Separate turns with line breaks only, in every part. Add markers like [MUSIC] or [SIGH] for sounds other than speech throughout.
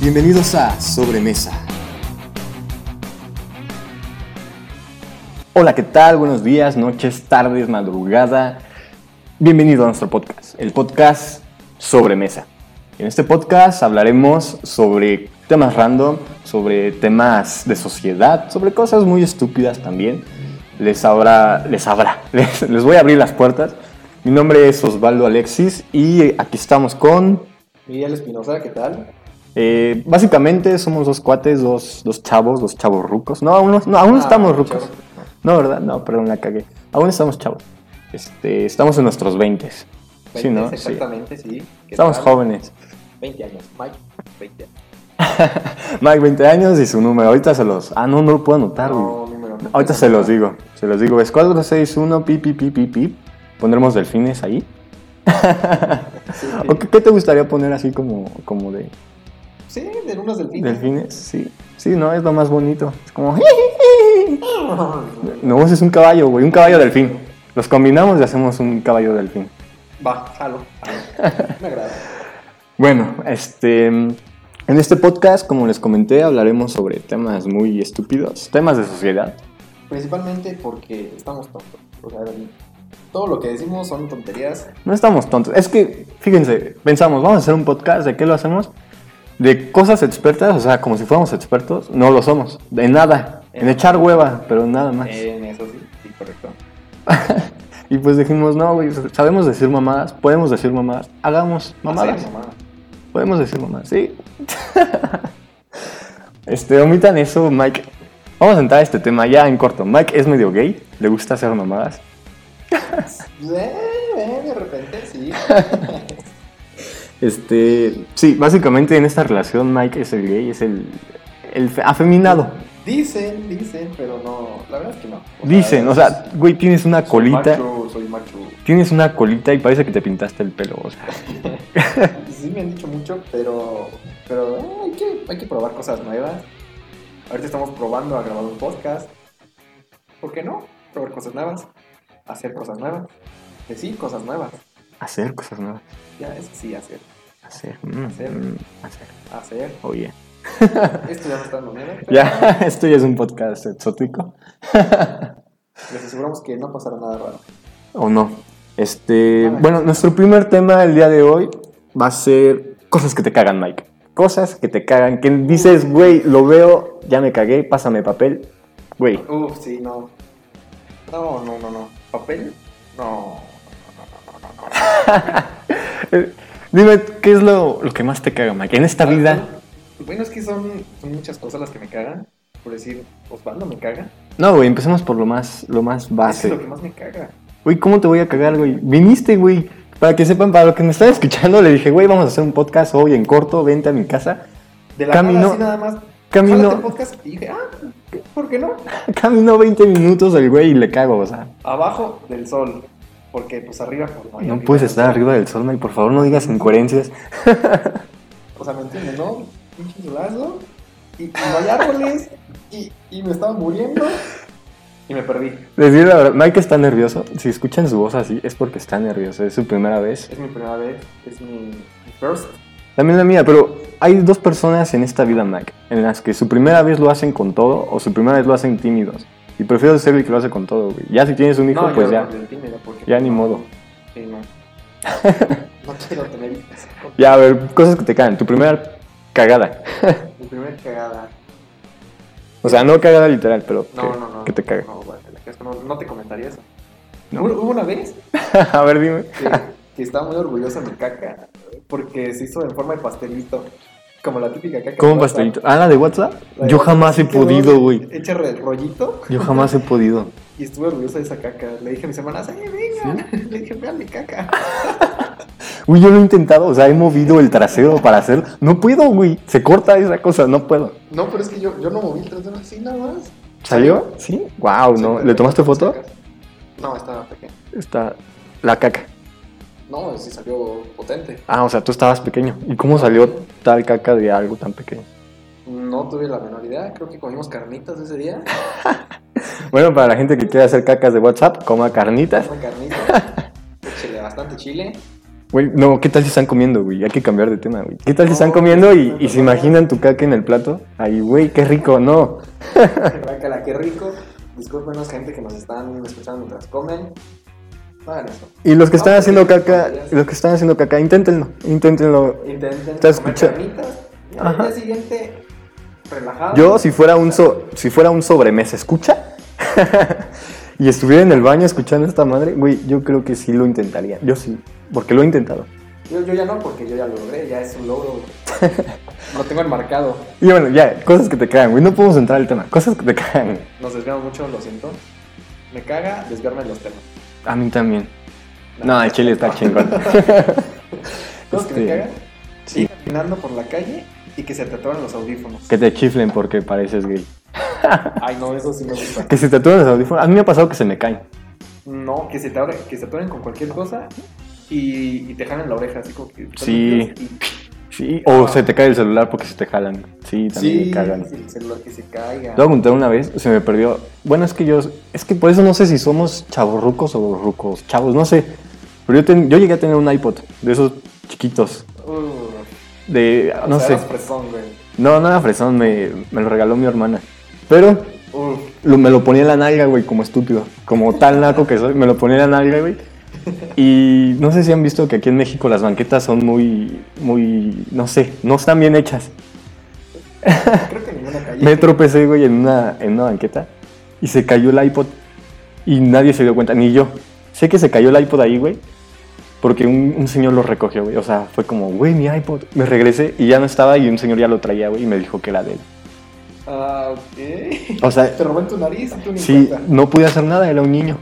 Bienvenidos a Sobremesa. Hola, ¿qué tal? Buenos días, noches, tardes, madrugada. Bienvenido a nuestro podcast, el podcast Sobremesa. En este podcast hablaremos sobre temas random, sobre temas de sociedad, sobre cosas muy estúpidas también. Les habrá, les habrá, [LAUGHS] les, les voy a abrir las puertas. Mi nombre es Osvaldo Alexis y aquí estamos con
Miguel Espinosa, ¿qué tal?
Eh, básicamente somos dos cuates, dos, dos chavos, dos chavos rucos. No, aún, no, no, aún
Ah,
estamos rucos.
chavo.
No, ¿verdad? No, perdón, la cagué. Aún estamos chavos. Este, estamos en nuestros 20. Sí, ¿no?
Veintes,
Sí.
Exactamente, sí. ¿Qué
Estamos
tal?
jóvenes.
20 años, Mike, 20 años.
Mike, 20 años y su número. Ahorita se los. Ah, no, no lo puedo anotar, güey.
No, número no.
Ahorita se los digo. Se los digo. Es 461 pi, pi, pi, pi, pi. Pondremos delfines ahí. [LAUGHS]
Sí,
¿O qué, qué te gustaría poner así como, como de
sí. sí, de lunas del fin.
delfines? Sí. Sí, no, es lo más bonito. Es como. [LAUGHS] No, ese es un caballo, güey, un caballo delfín. Los combinamos y hacemos un caballo delfín.
[LAUGHS] Va, jalo. Me agrada.
Bueno, este, en este podcast, como les comenté, hablaremos sobre temas muy estúpidos, temas de sociedad.
Principalmente porque estamos tontos. O sea, todo lo que decimos son tonterías.
No estamos tontos. Es que, fíjense, pensamos, vamos a hacer un podcast, ¿de qué lo hacemos? De cosas expertas, o sea, como si fuéramos expertos, no lo somos, de nada, en echar hueva, pero nada más.
Eh, En eso sí, sí, correcto.
Y pues dijimos, no, güey, sabemos decir mamadas, podemos decir mamadas, hagamos mamadas.
Hacer mamadas.
Podemos decir mamá, sí. [LAUGHS] este, omitan eso, Mike. Vamos a entrar a este tema ya en corto. Mike es medio gay, le gusta hacer mamadas.
Eh, eh, de repente, sí.
Este, sí, básicamente en esta relación Mike es el gay, es el, el fe- afeminado.
Dicen, dicen, pero no. La verdad es que no. O sea,
Dicen, o sea, güey, tienes una colita,
Soy macho, soy macho.
tienes una colita y parece que te pintaste el pelo, o sea.
Sí me han dicho mucho, pero, pero eh, hay, que, hay que probar cosas nuevas. Ahorita estamos probando a grabar un podcast. ¿Por qué no? Probar cosas nuevas, hacer cosas nuevas, decir cosas nuevas.
hacer cosas nuevas.
Ya es sí, hacer,
Hacer, mm,
Hacer.
mm, hacer.
hacer.
Oye.
Esto ya no está en manera, pero
Ya, [LAUGHS] esto ya es un podcast exótico.
les aseguramos que no pasará nada raro.
¿O no? Este,
Nada.
bueno, nuestro primer tema del día de hoy va a ser cosas que te cagan, Mike. Cosas que te cagan, que dices, güey, lo veo, ya me cagué, pásame papel. Güey,
Uf, sí, no. No, no, no, no. ¿Papel? No.
eh, dime, ¿qué es lo, lo que más te caga, Mike? En esta vida...
Bueno, es que Ah, son, son muchas cosas las que me cagan. Por decir, Osvaldo me caga.
No, güey, empecemos por lo más, lo más
Es que es
base.
lo que más me caga.
Güey, ¿cómo te voy a cagar, güey? Viniste, güey. Para que sepan, para los que me están escuchando, le dije, güey, vamos a hacer un podcast hoy en corto, vente a mi casa.
De la
Camino-
nada, así nada más.
camino-
jálate el podcast y dije, ah, ¿por qué no?
[LAUGHS] Caminó 20 minutos el güey y le cago, o sea.
Abajo del sol. Porque pues arriba pues, hay
No puedes estar arriba del sol, Mike, por favor, no digas incoherencias.
O sea, ¿me entiendes, no? Pinche solazo. Y, y no hay árboles. y, y me estaba muriendo. Y me perdí.
Decir la verdad, Mike está nervioso. Si escuchan su voz así, es porque está nervioso, es su primera vez.
Es mi primera vez. Es mi mi first.
También la mía, pero hay dos personas en esta vida, Mike, en las que su primera vez lo hacen con todo o su primera vez lo hacen tímidos. Y prefiero ser el que lo hace con todo, güey. Ya si tienes un hijo,
no,
pues
yo
ya,
no me tímida porque-
ya ni modo.
Sí,
[LAUGHS]
no. no quiero tener hijos.
Ya, a ver, cosas que te caen. Tu primera cagada.
Mi primera cagada.
O sea, no cagada literal, pero
No,
que,
no, no.
que te caga.
No, vale, la que- no, no te comentaría eso.
No.
Hubo- hubo una vez
[LAUGHS] a ver, dime.
que, que estaba muy orgullosa de mi caca porque se hizo en forma de pastelito. Como la típica caca.
¿Cómo
de WhatsApp.
pastelito? ¿Ah, la de WhatsApp?
La de
Yo
WhatsApp
jamás he
que quedó
podido, güey.
Hecha el rollito
Yo jamás he podido.
y estuve orgullosa de esa caca. Le dije a mis hermanas, ¡eh, vengan! [LAUGHS] Le dije, vean mi caca.
Uy, yo lo he intentado, o sea, he movido el trasero para hacer. No puedo, güey. Se corta esa cosa, no puedo.
No, pero es que yo, yo no moví el trasero así nada más.
¿Salió? Sí. Wow, no.
Sí,
¿Le tomaste
pero-
foto?
No, estaba pequeño.
Está la caca.
No, sí salió potente.
Ah, o sea, tú estabas pequeño. ¿Y cómo salió tal caca de algo tan pequeño?
No tuve la menor idea. Creo que comimos carnitas
[LAUGHS]
ese día.
Bueno, para la gente que quiere hacer cacas de WhatsApp, coma carnitas.
Una carnita. Échale bastante chile.
Güey, no, ¿qué tal si están comiendo, güey? Hay que cambiar de tema, güey. ¿Qué tal si están comiendo y, y se imaginan tu caca en el plato? Ay, güey, qué rico, no.
Guácala, qué rico. Discúlpenos, gente que nos están escuchando mientras comen. No hagan eso.
Y los que están
No,
haciendo
porque-
caca, los que están haciendo caca, inténtenlo, inténtenlo.
Intenten
¿Estás
comer
escuchando?
carnitas, y
Ajá.
al día siguiente, relajado.
Yo, si fuera un, so- si fuera un sobremesa, ¿escucha? [LAUGHS] y estuviera en el baño escuchando esta madre, güey, yo creo que sí lo intentaría. Yo sí, porque lo he intentado.
Yo, yo ya no, porque yo ya lo logré, ya es un
[LAUGHS]
logro. lo tengo enmarcado.
Y bueno, ya, cosas que te cagan, güey. No podemos entrar al tema. Cosas que te cagan.
Nos desviamos mucho, lo siento. Me caga desviarme de los temas.
A mí también. No, el chile está [LAUGHS] chingón.
Cosas que me
Este,
cagan. Ir caminando por la calle y que se te atoran los audífonos.
Que te chiflen porque pareces gay.
Ay, no, eso sí me gusta.
Que se te atoran los audífonos. A mí me ha pasado que se me caen.
No, que se te abren, que se atoren con cualquier cosa y, y te jalan la oreja, así como que.
Sí.
Y-
Sí, o se te cae el celular porque se te jalan. Sí, también
Sí,
cagan.
sí, el celular que se caiga.
Te voy a contar una vez, se me perdió. Bueno, es que yo, es que por eso no sé si somos chavorrucos o rucos, chavos, no sé. Pero yo, ten- yo llegué a tener un iPod de esos chiquitos,
Uh,
de, no
o sea,
sé.
eras fresón, güey.
No, nada fresón, me, me lo regaló mi hermana. Pero
Uh,
lo- me lo ponía en la nalga, güey, como estúpido. Como tan naco que soy, me lo ponía en la nalga, güey. Y no sé si han visto que aquí en México las banquetas son muy, muy, no sé, no están bien hechas.
creo que ninguna calle.
Me tropecé, güey, en una, en una banqueta y se cayó el iPod y nadie se dio cuenta, ni yo. Sé que se cayó el iPod ahí, güey, porque un, un señor lo recogió, güey. O sea, fue como, güey, mi iPod. Me regresé y ya no estaba y un señor ya lo traía, güey, y me dijo que era de él.
Ah, ok.
O sea,
Te robó en tu nariz y tú ni
sí,
cuenta.
no podía hacer nada, era un [LAUGHS] niño.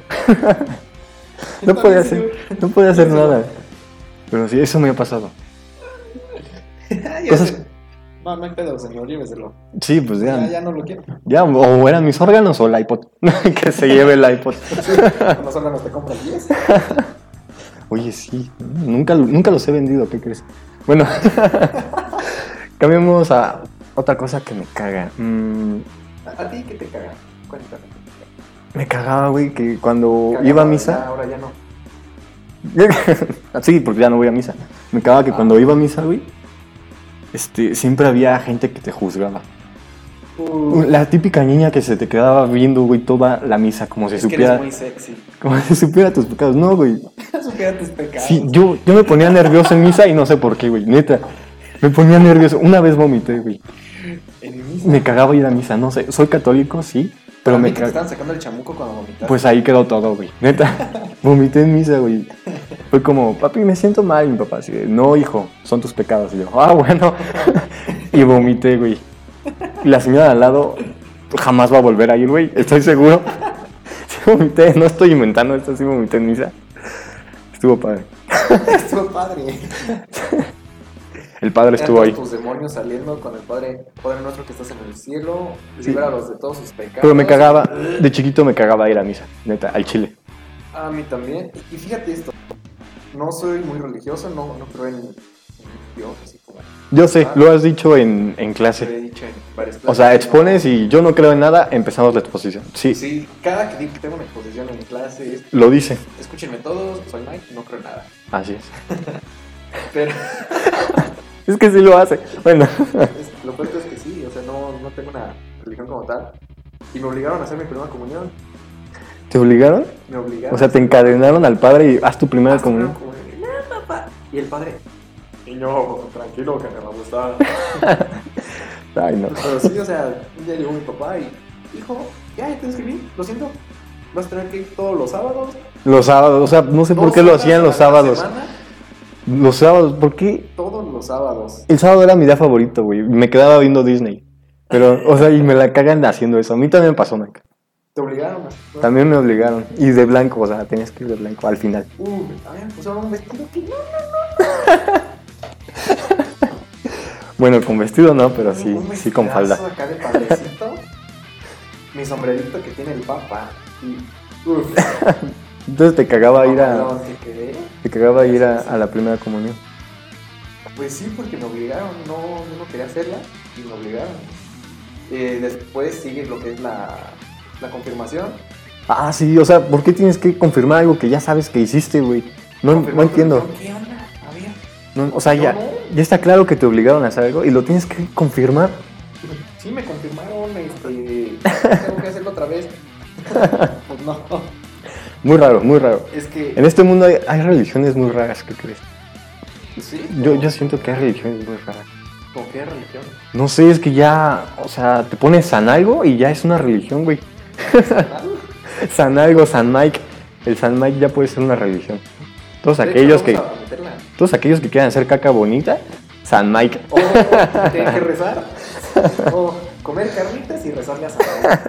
no podía hacer, no podía hacer nada. Pero sí, eso me ha pasado.
[LAUGHS] Ya
Cosas-
sé. No, no hay pedo, señor, lléveselo.
Sí, pues ya.
Ya, ya no
[LAUGHS]
lo quiero.
ya, o eran mis órganos o el iPod. [LAUGHS] que se lleve el iPod.
Con los órganos te compras 10.
Oye, sí, nunca, lo- nunca los he vendido, ¿qué crees? Bueno, [LAUGHS] cambiemos a otra cosa que me caga. Mm,
¿A ti qué te caga? Cuéntame.
me cagaba, güey, que cuando
Cagaba,
iba a
ya,
misa...
Ahora ya no.
[LAUGHS] sí, porque ya no voy a misa. Me cagaba que
Ah.
cuando iba a misa, güey, este, siempre había gente que te juzgaba.
Uh,
La típica niña que se te quedaba viendo, güey, toda la misa, como si
es que
supiera...
eres muy sexy. [LAUGHS]
Como si supiera tus pecados. No, güey,
Supera tus pecados.
Sí, yo, yo me ponía nervioso en misa y no sé por qué, güey, neta. Me ponía nervioso. Una vez vomité, güey.
En misa.
Me cagaba ir a misa, no sé. Soy católico, sí, pero
A mí
me
que te
cagaba.
estaban sacando el chamuco cuando vomitaste.
Pues ahí quedó todo, güey. Neta, vomité en misa, güey. Fue como, papi, me siento mal, y mi papá. Así de, no, hijo, son tus pecados. Y yo, ah, bueno. [LAUGHS] y vomité, güey. Y La señora de al lado jamás va a volver a ir, güey. Estoy seguro. [LAUGHS] Sí vomité, no estoy inventando esto, sí vomité en misa. Estuvo padre.
[LAUGHS] estuvo padre.
El padre
Ya
estuvo
todos
ahí.
Tus demonios saliendo con el padre, padre nuestro que estás en el cielo, libéralos de todos sus pecados.
Pero me cagaba, de chiquito me cagaba ir a misa, neta, al chile.
A mí también. Y y fíjate esto. No soy muy religioso, no, no creo en, en Dios, así como
Yo sé,
Ah.
lo has dicho en, en
te he
clase.
dicho en varias
O sea,
clases, ¿no?
expones y yo no creo en nada, empezamos la exposición. Sí,
Sí, cada que digo que tengo una exposición en clase, es,
lo dice.
escúchenme todos, soy Mike, no creo en nada.
Así es. [LAUGHS]
Pero
Es que sí lo hace. Bueno, [LAUGHS]
es- lo cierto es que sí, o sea, no, no tengo una religión como tal. Y me obligaron a hacer mi primera comunión.
¿te obligaron?
Me obligaron.
O sea, te encadenaron al padre y haz tu primera
Hasta
comunión.
luego, güey. No, papá. Y el padre. Niño, tranquilo, que me va a gustar.
Ay, no.
Pero sí, o sea, un día llegó mi papá y hijo, ya, ya te inscribí, lo siento. Vas a tener que ir todos los sábados.
Los sábados, o sea, no sé por
dos
qué lo
horas
hacían
a
los
la
sábados.
semana,
Los sábados, ¿por qué?
todos los sábados.
El sábado era mi día favorito, güey. Me quedaba viendo Disney. Pero, o sea, y me la cagan haciendo eso. A mí también me pasó, Mac.
Te obligaron. ¿no?
También me obligaron. Y de blanco, o sea, tenías que ir de blanco al final.
Uh, a mí me pusieron un vestido que no.
Bueno, con vestido no, pero sí,
un
sí con
vestidazo
falda.
acá de padrecito. mi sombrerito que tiene el papá. Y, uf,
Entonces te cagaba ir a,
mamalón que quedé.
te cagaba ir a, a la primera comunión.
Pues sí, porque me obligaron, no, yo no quería hacerla y me obligaron. Eh, después sigue lo que es la, la confirmación.
Ah, sí, o sea, ¿por qué tienes que confirmar algo que ya sabes que hiciste, güey? No, no
Confirmar tu
entiendo.
religión, ¿qué onda?
No, o sea,
Yo
ya,
no.
ya está claro que te obligaron a hacer algo y lo tienes que confirmar.
Sí, me confirmaron, este. Tengo que hacerlo otra
[LAUGHS]
vez. pues no.
Muy raro, muy raro.
Es que.
En este mundo hay, hay religiones muy raras, ¿qué crees?
Sí.
Yo, yo siento que hay religiones muy raras.
¿Con qué religión?
No sé, es que ya, o sea, te pones San algo y ya es una religión, güey. [LAUGHS] San algo, San Mike. El San Mike ya puede ser una religión. Todos
De hecho,
aquellos que
vamos a meterla.
todos aquellos que quieran hacer caca bonita, San Mike.
O tienen que rezar. O comer carnitas y rezarle a San Raúl.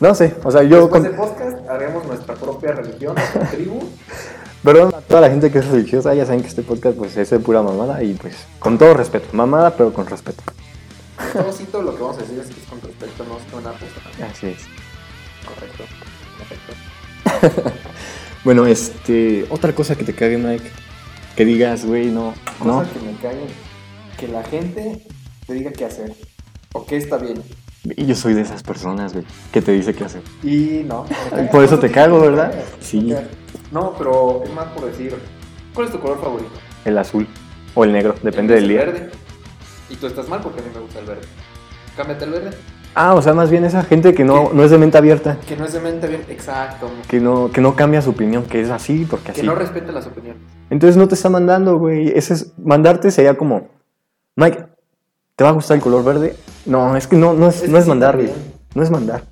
No sé, o sea, yo
Después
con-
del podcast haremos nuestra propia religión, nuestra tribu.
perdón a toda la gente que es religiosa, ya saben que este podcast pues es de pura mamada y pues con todo respeto, mamada pero con respeto.
Todo sí, todo lo que vamos a decir es que es con respecto, no es con apuesta.
Así es.
Correcto. Perfecto.
Bueno, este, otra cosa que te cague, Mike, que digas, güey, no, no.
Cosa que me cae que la gente te diga qué hacer o qué está bien.
Y yo soy de esas personas, güey, que te dice qué hacer.
Y no. me caga.
Por eso te
Cosas que
cago,
me
¿verdad?
[LAUGHS] cagan.
Sí.
Me cagan. No, pero es más por decir, ¿cuál es tu color favorito?
El azul o el negro, depende
El
del día.
verde. Y tú estás mal porque a mí me gusta el verde. Cámbiate el verde.
Ah, o sea, más bien esa gente que no,
¿Qué?
no es de mente abierta,
Que no es de mente bien. Exacto.
que no, que no cambia su opinión, que es así porque así.
Que no respeta las opiniones.
Entonces no te está mandando, güey. Ese es, mandarte sería como, Mike, ¿te va a gustar el color verde? No, es que no, no es,
Es
no
que
es
sí,
mandar, güey.
también.
No es mandar.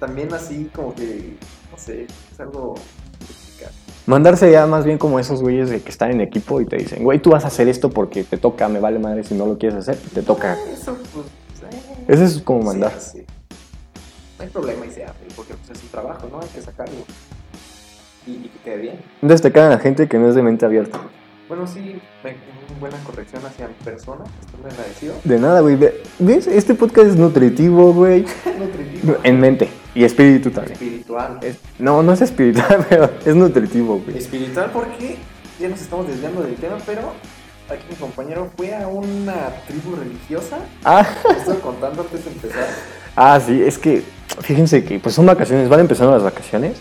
También así como que, no sé, es algo... complicado.
Mandar sería más bien como esos güeyes de que están en equipo y te dicen, güey, tú vas a hacer esto porque te toca, me vale madre si no lo quieres hacer, te toca.
Eso, pues... eh,
Ese es como
se
mandar.
hace. No hay problema y se hace, porque pues, es un trabajo, ¿no? Hay que sacarlo. Y, y que quede bien.
Entonces te cagan a gente que no es de mente abierta.
Bueno, sí, me, una buena corrección hacia mi persona. Estoy muy agradecido.
De nada, güey. Ve- ¿Ves? Este podcast es nutritivo, güey.
Nutritivo.
[LAUGHS] En mente y espíritu también.
Espiritual.
Es- no, no es espiritual, [LAUGHS] pero es nutritivo, güey.
Espiritual porque ya nos estamos desviando del tema, pero aquí mi compañero fue a una tribu religiosa.
[LAUGHS] Ah,
Te estoy contando antes de empezar.
ah, sí, es que fíjense que pues son vacaciones, van empezando las vacaciones.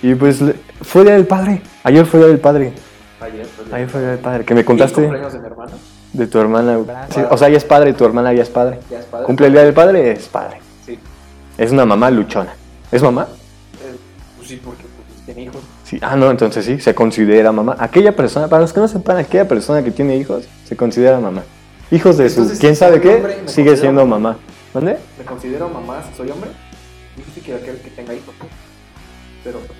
Y pues le- fue Día del Padre. Ayer fue Día del Padre.
Ayer. pues,
Ayer fue Día del Padre. Que me
Y
contaste
cumpleaños de mi hermano.
de tu hermana. güey. Sí, o sea, ella es padre, tu hermana ya es padre.
Ya es padre.
Cumple el Día del Padre, es padre.
Sí.
Es una mamá luchona. ¿Es mamá?
Eh, pues sí, porque pues, tiene hijos.
Sí, ah, no, entonces sí, se considera mamá. Aquella persona, para los que no sepan, aquella persona que tiene hijos, se considera mamá. Hijos de su,
Entonces,
quién
si
sabe
soy
qué,
hombre, me
sigue
considero
siendo mamá. ¿Dónde?
Me considero mamá si soy hombre. Dijiste que aquel que tenga hijos. Pero pues,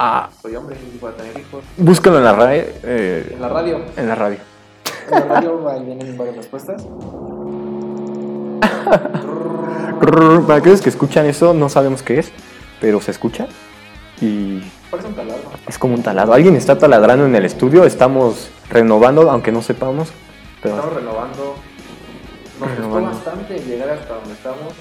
Ah,
soy hombre y voy a tener hijos.
búscalo en la radio. eh,
En la radio.
en la radio.
En la radio [LAUGHS] ahí vienen varias respuestas.
Crrr, Para aquellos que escuchan eso, no sabemos qué es, pero se escucha y
Parece un taladro.
es como un taladro. Alguien está taladrando en el estudio, estamos renovando, aunque no sepamos, pero
Estamos renovando. Nos costó
Renovando.
bastante llegar hasta donde estamos.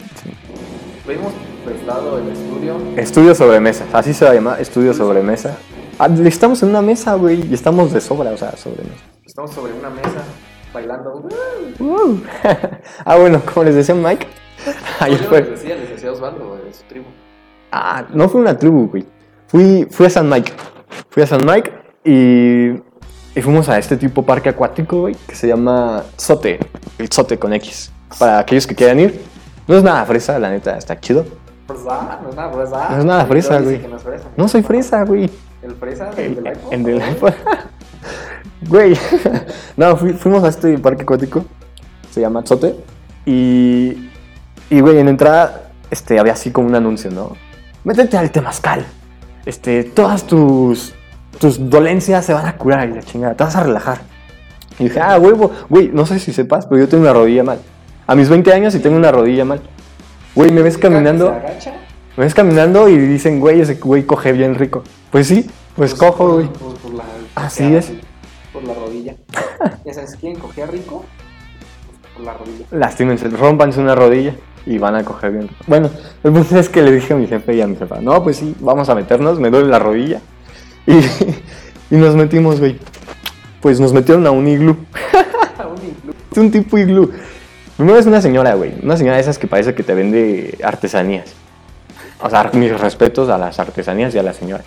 Pedimos prestado el estudio.
estudio sobre mesa, así se va a llamar, estudio sobre mesa. Ah, estamos en una mesa, güey, y estamos de sobra, o sea, sobre mesa.
Estamos sobre una mesa bailando.
Uh. [LAUGHS] ah, bueno, como les decía Mike, [LAUGHS] ayer
Yo les
fue.
decía, les decía Osvaldo de su tribu.
Ah, no fue una tribu, güey. Fui, fui a San Mike. Fui a San Mike y, y fuimos a este tipo parque acuático, güey, que se llama Zote. El Zote con X. Para aquellos que quieran ir. No es nada fresa, la neta, está chido.
Fresa, no es nada fresa.
No es nada fresa,
Pero dice
güey.
que no es fresa.
No soy fresa, güey.
El fresa, el,
El,
del iPhone.
el del iPhone. [LAUGHS] Güey. [LAUGHS] no, fui- fuimos a este parque acuático. Se llama Zote. Y. Y, güey, en la entrada este, había así como un anuncio, ¿no? Métete al temazcal. Este, todas tus. Tus dolencias se van a curar y la chingada. Te vas a relajar. Y dije, ah, huevo. Güey, no sé si sepas, pero yo tengo una rodilla mal. A mis 20 años y tengo una rodilla mal. Güey, me ves
Cada que
caminando.
Se agacha,
Me ves caminando y dicen, güey, ese güey coge bien rico. Pues sí, pues cojo,
por-
güey.
por- por la-
Así
por la-
es.
Por la rodilla.
[LAUGHS]
ya sabes, ¿quién cogía rico? Pues, Por la rodilla. [LAUGHS]
Lastímense, rompanse una rodilla y van a coger bien. rico. Bueno, el punto es que le dije a mi jefe y a mi jefa, no, pues sí, vamos a meternos, me duele la rodilla. [LAUGHS] Y, y nos metimos, güey. Pues nos metieron a un iglú. [LAUGHS]
Un iglú.
Es un tipo iglú. Primero es una señora, güey. Una señora de esas que parece que te vende artesanías. O sea, mis respetos a las artesanías y a la señora.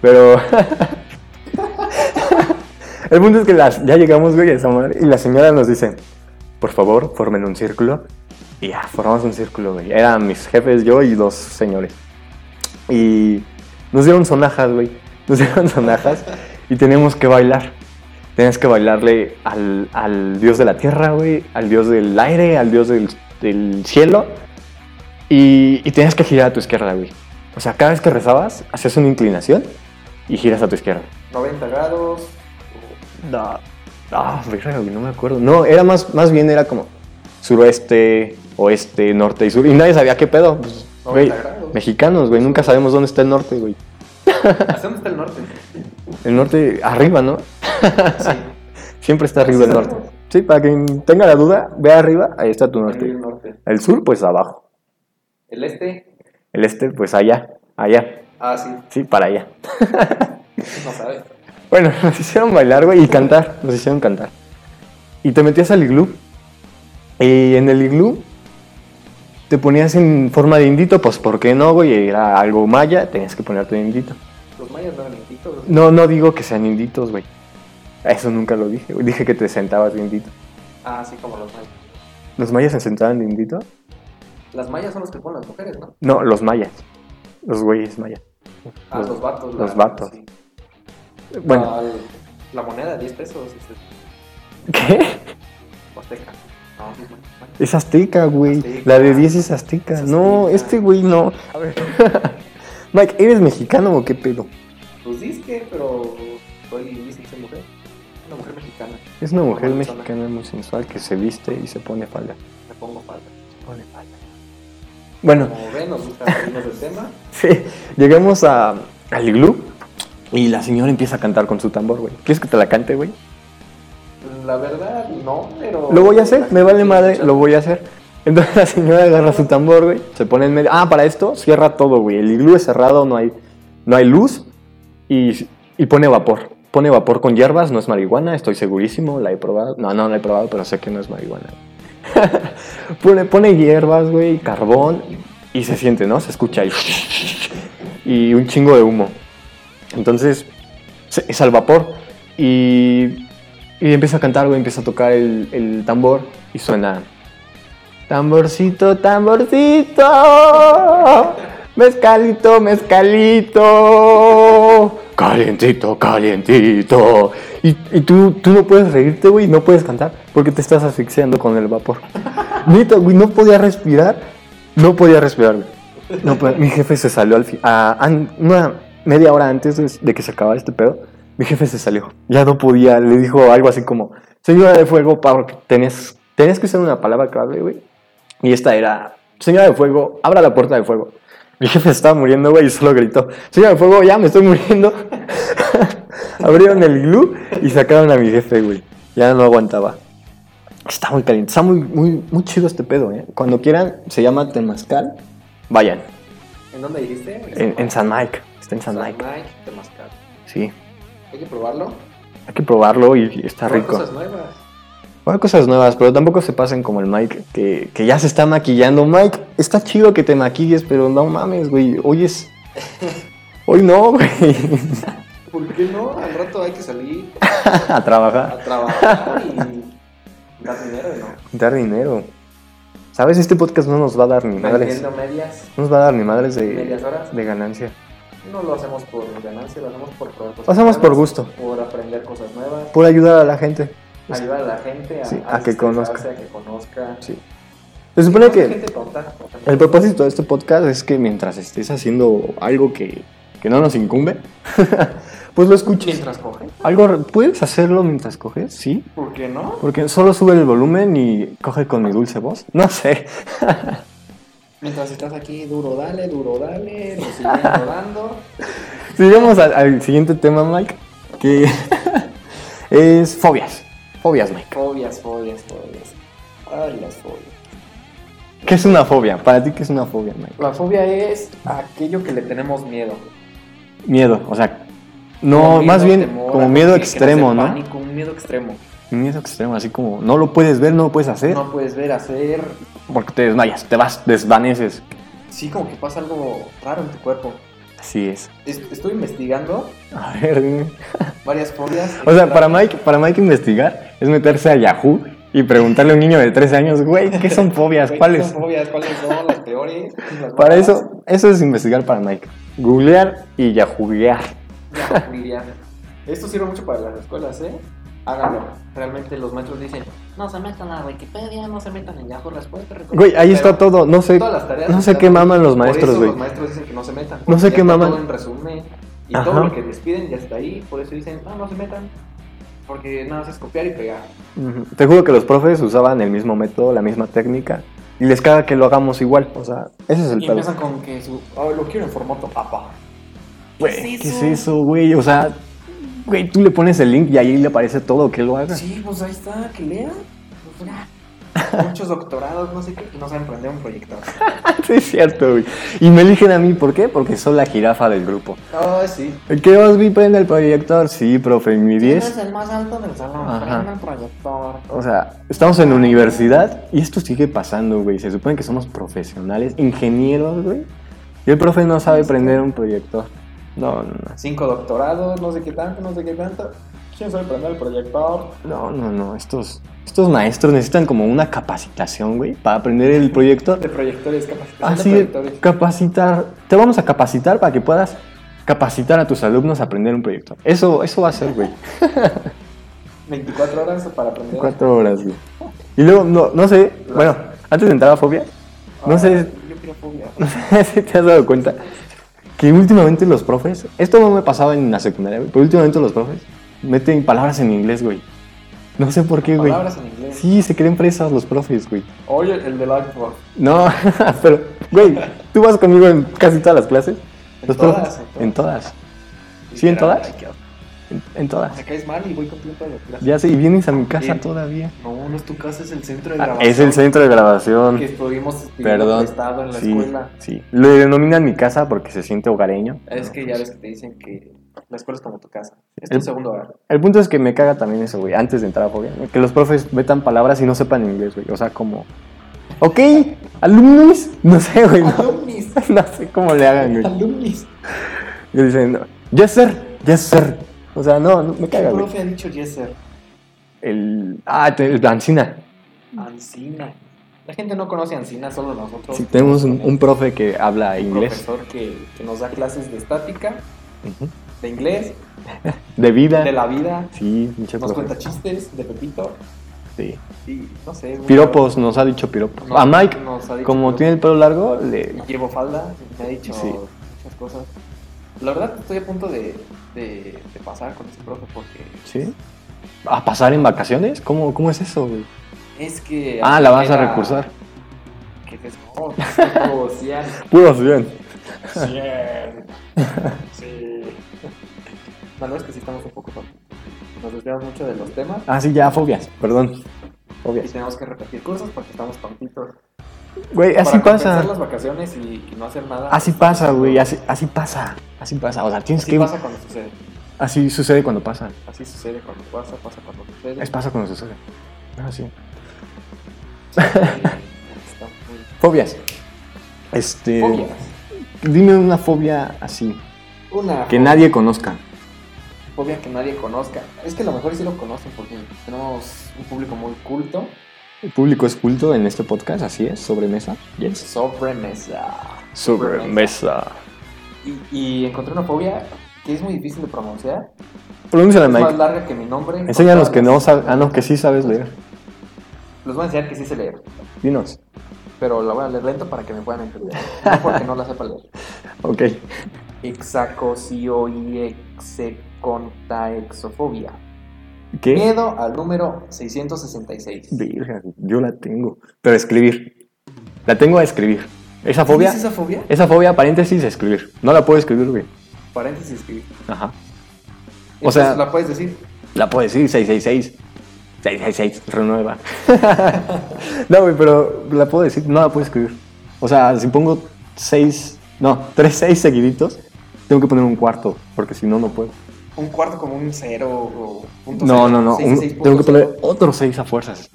Pero. El punto es que las, ya llegamos, güey, a esa madre, y la señora nos dice, por favor, formen un círculo. Y ya, formamos un círculo, güey. Eran mis jefes, yo y dos señores. Y nos dieron sonajas, güey. Nos [LAUGHS] dieron sonajas y teníamos que bailar. Tenías que bailarle al, al dios de la tierra, güey, al dios del aire, al dios del, del cielo. Y, y tenías que girar a tu izquierda, güey. O sea, cada vez que rezabas, hacías una inclinación y giras a tu izquierda.
90 grados.
No, no, verga, güey, no me acuerdo. No, era más, más bien era como suroeste, oeste, norte y sur. Y nadie sabía qué pedo. Pues,
No,
güey,
está grave.
mexicanos, güey, nunca sabemos dónde está el norte, güey.
¿Hacia dónde está el norte?
El norte arriba, ¿no?
Sí.
[LAUGHS] Siempre está arriba el norte. Sí, para quien tenga la duda, ve arriba, ahí está tu norte.
El norte.
El sur, pues abajo.
El este.
El este, pues allá, allá.
Ah, sí.
Sí, para allá.
No sabe.
Bueno, [LAUGHS] nos hicieron bailar, güey, y cantar. Nos hicieron cantar. Y te metías al iglú. Y en el iglú te ponías en forma de indito, pues ¿por qué no, güey? Era algo maya, tenías que ponerte de indito.
Los mayas daban invictos.
No, no digo que sean inditos, güey. Eso nunca lo dije, güey. Dije que te sentabas de indito.
Ah, sí, como los mayas.
¿Los mayas se sentaban de indito?
Las mayas son los que ponen las mujeres, ¿no?
No, los mayas. Los güeyes mayas.
Ah, los, vatos.
los
la-
vatos.
sí.
Bueno,
Ah, la moneda, 10 pesos. Este,
[LAUGHS] ¿qué?
azteca. No, sí, bueno, bueno.
Es azteca, güey.
Azteca.
La de 10 es azteca.
Es
No,
azteca.
este güey no. A ver. [LAUGHS] Mike, ¿eres mexicano o qué pedo?
Pues disque, pero soy disque mujer. Una mujer mexicana.
Es una mujer
Una persona.
mexicana muy sensual que se viste y se pone falda.
Me pongo falda.
Se pone falda. Bueno, [LAUGHS]
Como ven, nos gusta salirnos del tema.
sí, llegamos a, al iglú y la señora empieza a cantar con su tambor, güey. ¿Quieres que te la cante, güey?
La verdad, no, pero.
Lo voy a hacer, me vale
Sí,
madre,
escucha.
lo voy a hacer. Entonces la señora agarra su tambor, güey, se pone en medio. Ah, para esto cierra todo, güey. El iglú es cerrado, no hay, no hay luz y, y pone vapor. Pone vapor con hierbas, no es marihuana, estoy segurísimo, la he probado. No, no la he probado, pero sé que no es marihuana. [LAUGHS] pone, pone hierbas, güey, carbón y se siente, ¿no? Se escucha ahí. [LAUGHS] Y un chingo de humo. Entonces se- es al vapor y y empieza a cantar, güey, empieza a tocar el, el tambor y suena. Tamborcito, tamborcito. Mezcalito, mezcalito. Calientito, calientito. Y, y tú, tú no puedes reírte, güey, no puedes cantar porque te estás asfixiando con el vapor. Neta, güey, no podía respirar. No podía respirar, güey. No podía- Mi jefe se salió al fin. a- an- una media hora antes de, de que se acabara este pedo, mi jefe se salió. Ya no podía. Le dijo algo así como: Señora de fuego, Pablo, tenías, tenías que usar una palabra clave, güey. Y esta era: Señora de fuego, abra la puerta de fuego. Mi jefe estaba muriendo, güey, y solo gritó: Señora de fuego, ya me estoy muriendo. [LAUGHS] Abrieron el glue y sacaron a mi jefe, güey. Ya no aguantaba. Está muy caliente, está muy, muy, muy chido este pedo, ¿eh? Cuando quieran, se llama Temazcal. Vayan,
¿En dónde dijiste?
en, en San Mike, está en San,
San
Mike.
Mike, Temazcal.
Sí,
Hay que probarlo.
hay que probarlo y está
Probar
rico.
cosas nuevas.
Bueno, cosas nuevas, pero tampoco se pasen como el Mike, que, que ya se está maquillando. Mike, está chido que te maquilles, pero no mames, güey, hoy
[LAUGHS]
es... Hoy no, güey, [LAUGHS]
¿Por qué no? Al rato hay que salir
a
a
trabajar,
trabajar
[LAUGHS]
y dar dinero, ¿no?
dar dinero. ¿Sabes? Este podcast no nos va a dar ni madres.
Vendiendo medias,
No nos va a dar ni madres
medias
de,
horas.
de ganancia.
No lo hacemos por ganancia, lo hacemos por probar cosas
Lo hacemos por
nuevas,
gusto.
Por aprender cosas nuevas,
Por ayudar a la gente.
ayudar a la gente a,
Sí, a que
desestresarse,
conozca.
A que conozca.
Sí. Se supone
No, hay
que
gente tonta, o sea,
el propósito de este podcast es que mientras estés haciendo algo que, que no nos incumbe, [LAUGHS] pues lo escuches.
Mientras coge.
Algo re- puedes hacerlo mientras coges, sí,
¿Por qué no?
porque solo sube el volumen y coge con mi dulce voz. [LAUGHS] No sé.
Mientras estás aquí, duro dale, duro dale, nos siguen rodando.
Sigamos al, al siguiente tema, Mike, que [LAUGHS] es fobias. Fobias, Mike.
Fobias, fobias, fobias. Ay, las fobias.
¿Qué es una fobia? Para ti, ¿qué es una fobia, Mike?
La fobia es aquello que le tenemos miedo.
Miedo, o sea,
Como
no,
miedo,
más bien
temor,
como
algo
miedo
que- que nos dé
extremo, ¿no?
Pánico, un miedo extremo.
Miedo extremo, así como no lo puedes ver, no lo puedes hacer.
No puedes ver, hacer.
Porque te desmayas, te vas, desvaneces.
Sí, como que pasa algo raro en tu cuerpo.
Así es.
Es- Estoy investigando
A ver, dime.
varias fobias.
O sea, para Mike, para Mike investigar es meterse a Yahoo y preguntarle a un niño de 13 años, güey, ¿qué son fobias?
Güey,
¿Cuáles?
son fobias? ¿Cuáles son las peores? Las
Para
malas.
eso, eso es investigar para Mike. Googlear y yahooguear. [LAUGHS]
Ya, Miriam. Esto sirve mucho para las escuelas, ¿eh? Háganlo. Realmente los maestros dicen, no se metan a Wikipedia, no se metan en Yahoo Respuestas.
Güey, ahí está
Pero
todo. No sé,
todas las tareas
no sé
están
qué
ahí.
maman los
Por
maestros,
eso
güey.
Los maestros dicen que no se metan.
No sé
porque
qué
ya está
maman.
Todo en resumen. Y
Ajá.
todo lo que les piden ya está ahí. Por eso dicen, "Ah, no, no se metan. Porque nada más es copiar y pegar.
Ujú. Te juro que los profes usaban el mismo método, la misma técnica. Y les caga que lo hagamos igual. O sea, ese es el
y
pedo.
empiezan con que su. "Ah, lo quiero en formato APA.
Güey, ¿qué es
eso?
eso, güey? O sea, güey, tú le pones el link y ahí le aparece todo que lo haga.
Sí, pues ahí está, que lea. Pues,
[LAUGHS]
mira, Muchos doctorados, no sé qué, y no saben prender un
[LAUGHS]
proyector.
Sí, es cierto, güey. Y me eligen a mí, ¿por qué? Porque soy la jirafa del grupo.
Ah, sí.
¿Qué os vi prende el proyector? Sí, profe, en mi
¿Quién es
10.
el más alto del salón?
Ajá.
Prende el proyector.
O sea, estamos en universidad y esto sigue pasando, güey. Se supone que somos profesionales, ingenieros, güey. Y el profe no sabe prender un proyector. No, no, no.
Cinco doctorados, no sé qué tanto, no sé qué tanto. ¿Quién sabe prender el proyector?
No, no, no. Estos, estos maestros necesitan como una capacitación, güey, para aprender el proyector.
De proyectores, capacitación
Así,
de
de
proyectores.
capacitar. Te vamos a capacitar para que puedas capacitar a tus alumnos a aprender un proyector. Eso, eso va a ser, güey.
24 horas para aprender.
Cuatro horas, güey. Y luego, no, no sé, bueno, antes de entrar a fobia, no
Ah,
sé,
Yo quiero fobia.
[LAUGHS] no sé si te has dado cuenta que últimamente los profes, esto no me pasaba en la secundaria, güey, pero últimamente los profes meten palabras en inglés, güey. No sé por qué, güey.
Palabras en inglés.
Sí, se creen presas los profes, güey.
Oye, el del iPhone.
No, [LAUGHS] pero, güey, tú vas conmigo en casi todas las clases.
En
Los
todas,
profes,
en
en todas, ¿Sí, en todas?
Ay, qué asco.
en, en todas.
Me caes mal y voy completo a la clase.
Ya sé, y vienes a mi casa
Bien.
todavía.
No, no es tu casa, es el centro de
Ah,
grabación.
es el centro de grabación.
Que estuvimos
Perdón.
estado en la
sí,
escuela.
sí. Lo denominan mi casa porque se siente hogareño.
Es
No,
que ya
pues.
ves que te dicen que la escuela es como tu casa. Es
El-
tu segundo hogar.
[LAUGHS] El punto es que me caga también eso, güey. Antes de entrar a Fobia, que los profes metan palabras y no sepan inglés, güey. O sea, como. Ok, alumnis. [LAUGHS] No sé, güey. No, [LAUGHS]
Alumnis.
no sé cómo le hagan, güey.
Alumnis.
Y dicen, no, yes, sir, yes, sir. O sea, no, no me
¿Qué
caga, güey.
profe ha dicho Yeser?
El. Ah, te- el Blancina.
Ancina. La gente no conoce a Ancina, solo nosotros.
Sí, tenemos un, un profe que habla
Un
inglés.
profesor que, que nos da clases de estática,
Ujú.
de inglés,
De vida.
de la vida.
Sí, mucho
Nos
profe.
cuenta chistes de Pepito.
Sí.
Y no sé. es muy
Piropos, nos ha dicho piropos.
raro.
a Mike,
Nos ha dicho
como
piropo.
tiene el pelo largo, le,
Y llevo falda, me ha dicho
Sí.
muchas cosas. La verdad estoy a punto de, de- de pasar con este profe porque
¿Sí? ¿A pasar en vacaciones? ¿Cómo, cómo es eso, güey?
es que...
Ah, la vas a
era-
recursar.
Que te [LAUGHS] oh, tipo, cien,
Puro bien.
cien, sí. La verdad es que sí estamos un poco tontos. Nos desviamos mucho de los temas
Ah, sí, ya, fobias. Perdón.
y
Fobias.
tenemos que repetir cursos porque estamos tontitos.
Güey, así
Para compensar
pasa.
las vacaciones y, y no hacer nada. pues,
Así pasa, güey. Así, así pasa. Así pasa. O sea, tienes
Así
que.
pasa cuando sucede.
Así sucede cuando pasa.
Así sucede cuando pasa, pasa cuando sucede.
Es pasa cuando sucede. No, sí.
Está muy...
Fobias. Este.
Fobias.
Dime una fobia así.
Una
Que nadie conozca.
fobia que nadie conozca. Es que a lo mejor sí lo conocen porque tenemos un público muy culto.
El público es culto en este podcast, así es, sobre mesa. Yes.
Sobremesa.
Sobre mesa.
Y, y encontré una fobia que es muy difícil de pronunciar.
Pronúnciala,
Es más
Mike.
larga que mi nombre.
Enséñanos
Con
que no
todas
sabes. Ah, no, que sí sabes leer.
las- Les voy a enseñar que sí se leer.
Dinos.
Pero la voy a leer lento para que me puedan entender. No porque no la
[LAUGHS]
sepa leer.
Ok.
Hexacosioiexecontaexofobia.
¿Qué?
Miedo al número 666.
Virgen, yo la tengo. Pero escribir. La tengo a escribir. Esa fobia.
¿Es esa fobia?
Esa fobia, paréntesis, escribir. No la puedo escribir, güey.
Paréntesis. escribí.
Ajá. O
O
sea-
sea, la puedes decir.
La puedo decir, 666. 666, renueva. [LAUGHS] no, güey, pero la puedo decir, no la puedo escribir. O sea, si pongo 6, no, 3, 6 seguiditos, tengo que poner un cuarto, porque si no, no puedo.
un cuarto como un cero o punto
No,
cero,
no, no.
seis,
un-
seis
tengo que
punto
poner
cero.
otro 6 a fuerzas.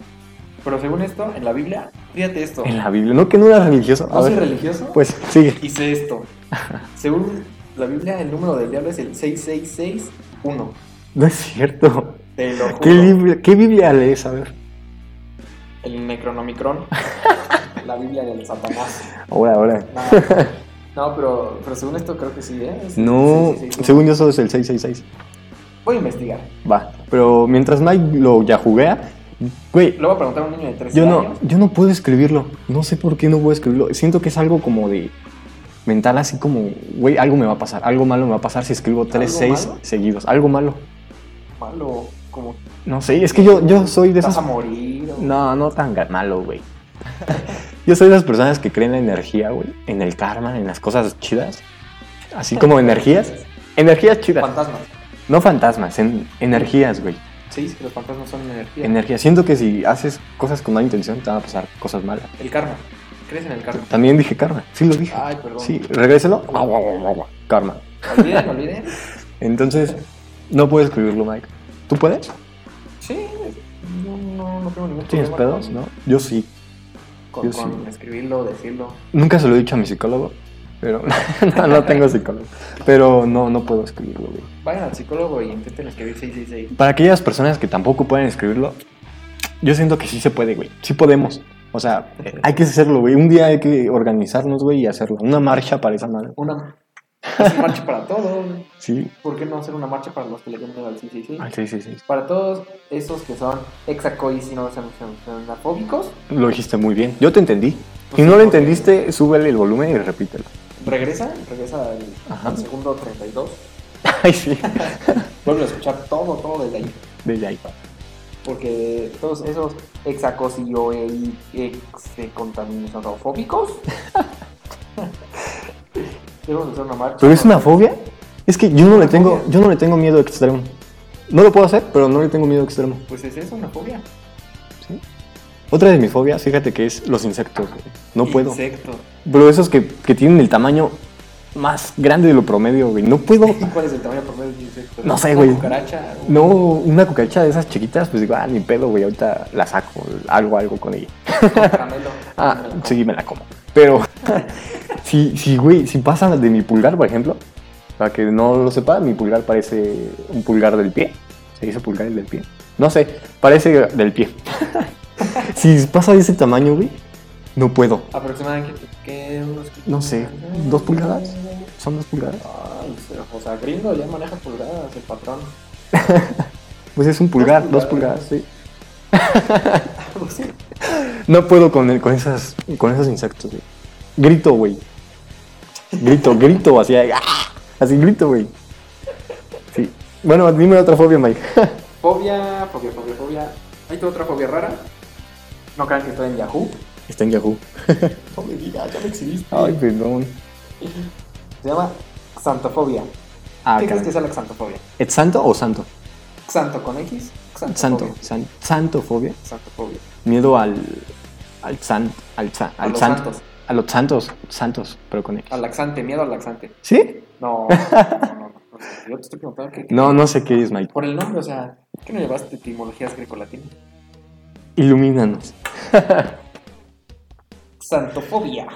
Pero según esto, en la Biblia, fíjate esto.
En la Biblia, no que no era religioso. A pues,
No soy
ver,
religioso
pues sigue.
y sé esto. Según La Biblia, el número del diablo es el 6661.
No es cierto.
Te lo juro.
¿Qué Biblia, qué Biblia lees? A ver. [LAUGHS]
El Necronomicron. la Biblia del Satanás.
Ahora, ahora.
No, no, pero, pero según esto creo que sí, ¿eh? Es
No,
6661.
según yo, solo es el 666.
Voy a investigar.
Va. Pero mientras Mike lo ya juguea, güey,
Lo voy a preguntar a un niño de 13
Yo no,
años.
yo no puedo escribirlo. No sé por qué no puedo escribirlo. Siento que es algo como de mental, así como, güey, algo me va a pasar, algo malo me va a pasar si escribo tres, seis
malo?
seguidos. Algo malo.
Malo, como
No sé, es que yo, yo soy de
vas
esas.
a morir. o-
No, no tan ga- malo, güey. [LAUGHS] Yo soy de las personas que creen en la energía, güey, en el karma, en las cosas chidas. Así como energías. Energías chidas.
Fantasmas.
No fantasmas, en, energías, güey.
Sí, es que los fantasmas son energía.
Energías. Siento que si haces cosas con mala intención te van a pasar cosas malas.
El karma. ¿Crees en el
[LAUGHS]
karma?
También dije karma, sí lo dije.
Ay, perdón.
Sí, regréselo. Guau, guau, guau, guau, guau. Karma.
Olviden, olviden.
Entonces, no puedo escribirlo, Mike. ¿Tú puedes?
Sí, no, no, no tengo ningún
¿Tienes
problema
pedos?
con-
No. Yo sí.
Con,
Yo
con
sí.
escribirlo, decirlo.
Nunca se lo he dicho a mi psicólogo, pero [LAUGHS] no, no tengo psicólogo. Pero no, no puedo escribirlo, güey.
Vayan al psicólogo y intenten escribir 666.
Para aquellas personas que tampoco pueden escribirlo, yo siento que sí se puede, güey. Sí podemos. O sea, hay que hacerlo, güey. Un día hay que organizarnos, güey, y hacerlo. Una marcha para esa madre.
Una, es una marcha para todos.
Sí.
¿Por qué no hacer una marcha para los que le llaman al 666?
Ay, Ah, sí, sí, sí.
Para todos esos que son exacois y no son son- son xenofóbicos,
Lo dijiste muy bien. Yo te entendí. Si
sí,
no lo
porque-
entendiste, súbele el volumen y repítelo.
regresa, regresa al,
Ajá.
al segundo 32.
[LAUGHS] Ay, sí.
Vuelve a escuchar todo, todo desde ahí.
Desde ahí.
Porque todos esos exacos y yo y ex e,
[LAUGHS]
contaminofóbicos. Debemos hacer una marcha.
¿Pero es una fobia? Es que yo no le tengo, yo no le tengo miedo extremo. No lo puedo hacer, pero no le tengo miedo extremo.
Pues es eso, una fobia.
Otra de mis fobias, fíjate que es los insectos. güey. No puedo.
Insecto.
Pero esos que, que tienen el tamaño más grande de lo promedio, güey. No puedo.
¿Y cuál es el tamaño promedio de insecto?
No sé,
¿Una
güey.
cucaracha?
No, una cucaracha de esas chiquitas, pues digo, ah, ni pedo, güey. Ahorita la saco, algo, algo con ella.
¿Un caramelo?
[LAUGHS] Ah, sí, me la como. Pero [LAUGHS] si, si, güey, si pasa de mi pulgar, por ejemplo, para que no lo sepa, mi pulgar parece un pulgar del pie. ¿Se dice pulgar el del pie? No sé, parece del pie. [LAUGHS] si pasa de ese tamaño, güey, no puedo.
Aproximadamente, ¿qué? Unos-
No sé, ¿dos pulgadas? ¿Son dos pulgadas?
Ay, Ah, pues, pero, o sea, gringo ya maneja pulgadas, el patrón. [LAUGHS]
Pues es un pulgar, dos
Dos
pulgadas,
pulgadas.
sí.
Pues sí.
No puedo con, el- con, esas, con esos insectos, güey. Grito, güey. Grito, grito, así, ¡ah! así grito, güey. Sí. Bueno, dime otra fobia, Mike. [LAUGHS]
Fobia, fobia, fobia, fobia. ¿Hay tu otra fobia rara? No crean que estoy en Yahoo.
Está en Yahoo.
No me digas, ya me exhibiste.
Ay, perdón.
Se llama xantofobia.
Ah,
¿Qué crees
caray.
que sea la xantofobia?
¿Es santo o santo?
Xanto con X. Xantofobia.
Santo. san- santofobia.
Xantofobia.
Miedo al. Al san, al, san, al
los
santo.
santos.
A los santos. Santos, pero con X.
Al laxante, miedo al laxante.
¿Sí? [LAUGHS]
No, no, no, no. Yo te estoy preguntando que,
No, no sé qué es, Mike.
por el nombre, o sea, ¿qué no llevaste etimologías grecolatinas?
Ilumínanos.
Xantofobia.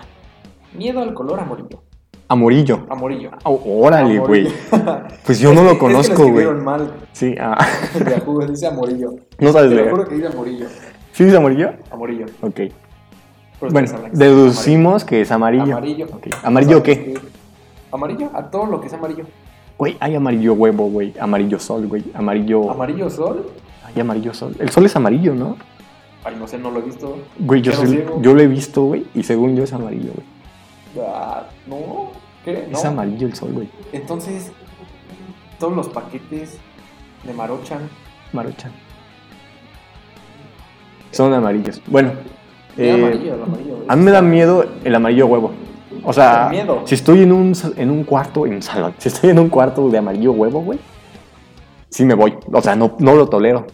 Miedo al color amarillo.
Amorillo.
Amarillo.
Oh, órale, güey.
Amarillo.
Pues yo no
[LAUGHS] Es
lo
que- es que
conozco,
lo
güey.
escribieron mal.
Sí, ah. [LAUGHS]
en Yahoo, dice amarillo.
No sabes
Te lo
leer.
juro que dice amarillo.
¿Sí dice amarillo?
Amarillo.
Ok.
Pero ustedes
Bueno,
hablan que es
deducimos que es amarillo.
Amarillo.
Ok. ¿Amarillo qué?
¿Sabes Amarillo, a todo lo que es amarillo.
Güey, hay amarillo huevo, güey. Amarillo sol, güey. Amarillo.
Amarillo sol.
Hay amarillo sol. El sol es amarillo, ¿no?
Ay, no sé, no lo he visto.
Güey, yo,
Pero
sé-
ciego.
yo lo he visto, güey. Y según yo es amarillo, güey.
Ah, no, ¿qué? No.
Es amarillo el sol, güey.
Entonces, todos los paquetes de Marochan.
Maruchan. Son amarillos. Bueno.
De
eh,
amarillo, el amarillo.
a mí me da miedo el amarillo huevo. O sea,
¿Te da miedo?
si estoy en un, sa- en un cuarto, en un salón, [LAUGHS] si estoy en un cuarto de amarillo huevo, güey, sí me voy. O sea, no, no lo tolero.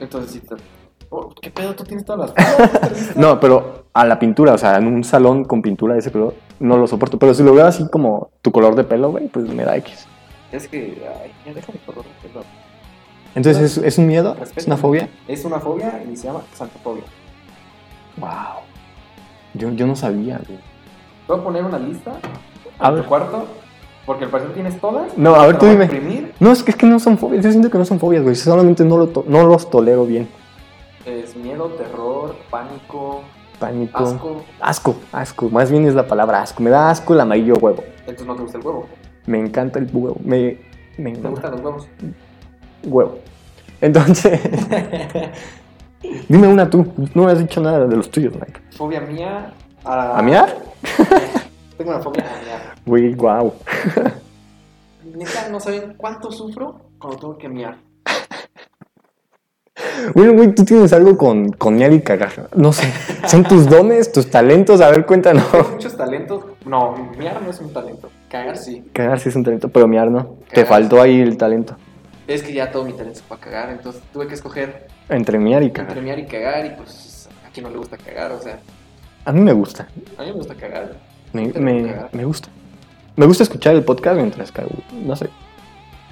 Entonces, sí, te- Oh, ¿qué pedo? Tú tienes todas
[LAUGHS]
las.
No, pero a la pintura, o sea, en un salón con pintura de ese color, no lo soporto. Pero si lo veo así como tu color de pelo, güey, pues me da X.
es que, ay, ya déjame correr, perdón.
Entonces, ¿es, es un miedo?
Respeto.
¿Es una fobia?
Es una fobia y se llama xantofobia.
Wow. Yo, yo no sabía, güey.
Te Voy a poner una lista
A
en
ver.
tu cuarto Porque al parecer tienes todas.
No, a ver,
te
tú
la voy
dime.
imprimir.
No, es que, es que no son fobias. Yo siento que no son fobias, güey. Solamente no, lo to- no los tolero bien.
Es miedo, terror, pánico,
Pánico.
asco.
Asco, asco. Más bien es la palabra asco. Me da asco el amarillo huevo.
Entonces no te gusta el huevo.
Me encanta el huevo. Me, me
Te
encanta
gustan los huevos.
huevo. Entonces, [LAUGHS] dime una tú. No has dicho nada de los tuyos, Mike.
Fobia mía. A,
¿A miar?
[LAUGHS] Tengo una fobia a miar.
Güey, guau.
Neta, no saben cuánto sufro cuando tengo que miar.
Bueno, güey, tú tienes algo con, con miar y cagar. No sé. Son tus dones, tus talentos. A ver, cuéntanos. [LAUGHS]
Tengo muchos talentos. No, miar no es un talento. Cagar sí.
Cagar sí es un talento, pero miar no. Te
Cagar.
faltó ahí el talento.
Es que ya todo mi talento se fue a cagar, entonces tuve que escoger
Entre miar y cagar.
entre miar y cagar y pues a quien no le gusta cagar, o sea,
A mí me gusta.
a mí me gusta cagar.
Me,
Pero
me-
cagar.
me gusta. Me gusta escuchar el podcast mientras cago. No sé.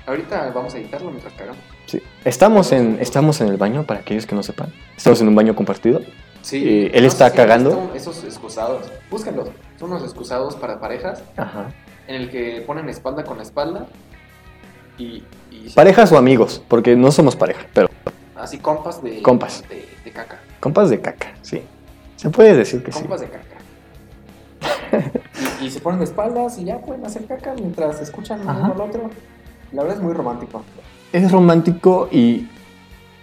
Ahorita vamos a editarlo mientras cagamos.
Sí. Estamos, en, estamos en el baño, para aquellos que no sepan. Estamos en un baño compartido.
Sí.
Eh, él está
si
cagando.
han visto Esos excusados, búsquenlos. Son unos excusados para parejas
Ajá.
en el que ponen espalda con espalda y, y
Parejas o amigos, porque no somos pareja, pero
así compas de
Compas.
de, de caca,
compas de caca, sí. Se puede decir que sí.
compas de caca. y, y se ponen de espaldas y ya pueden hacer caca mientras escuchan
Ajá.
uno al otro. La verdad es muy romántico.
Es romántico y,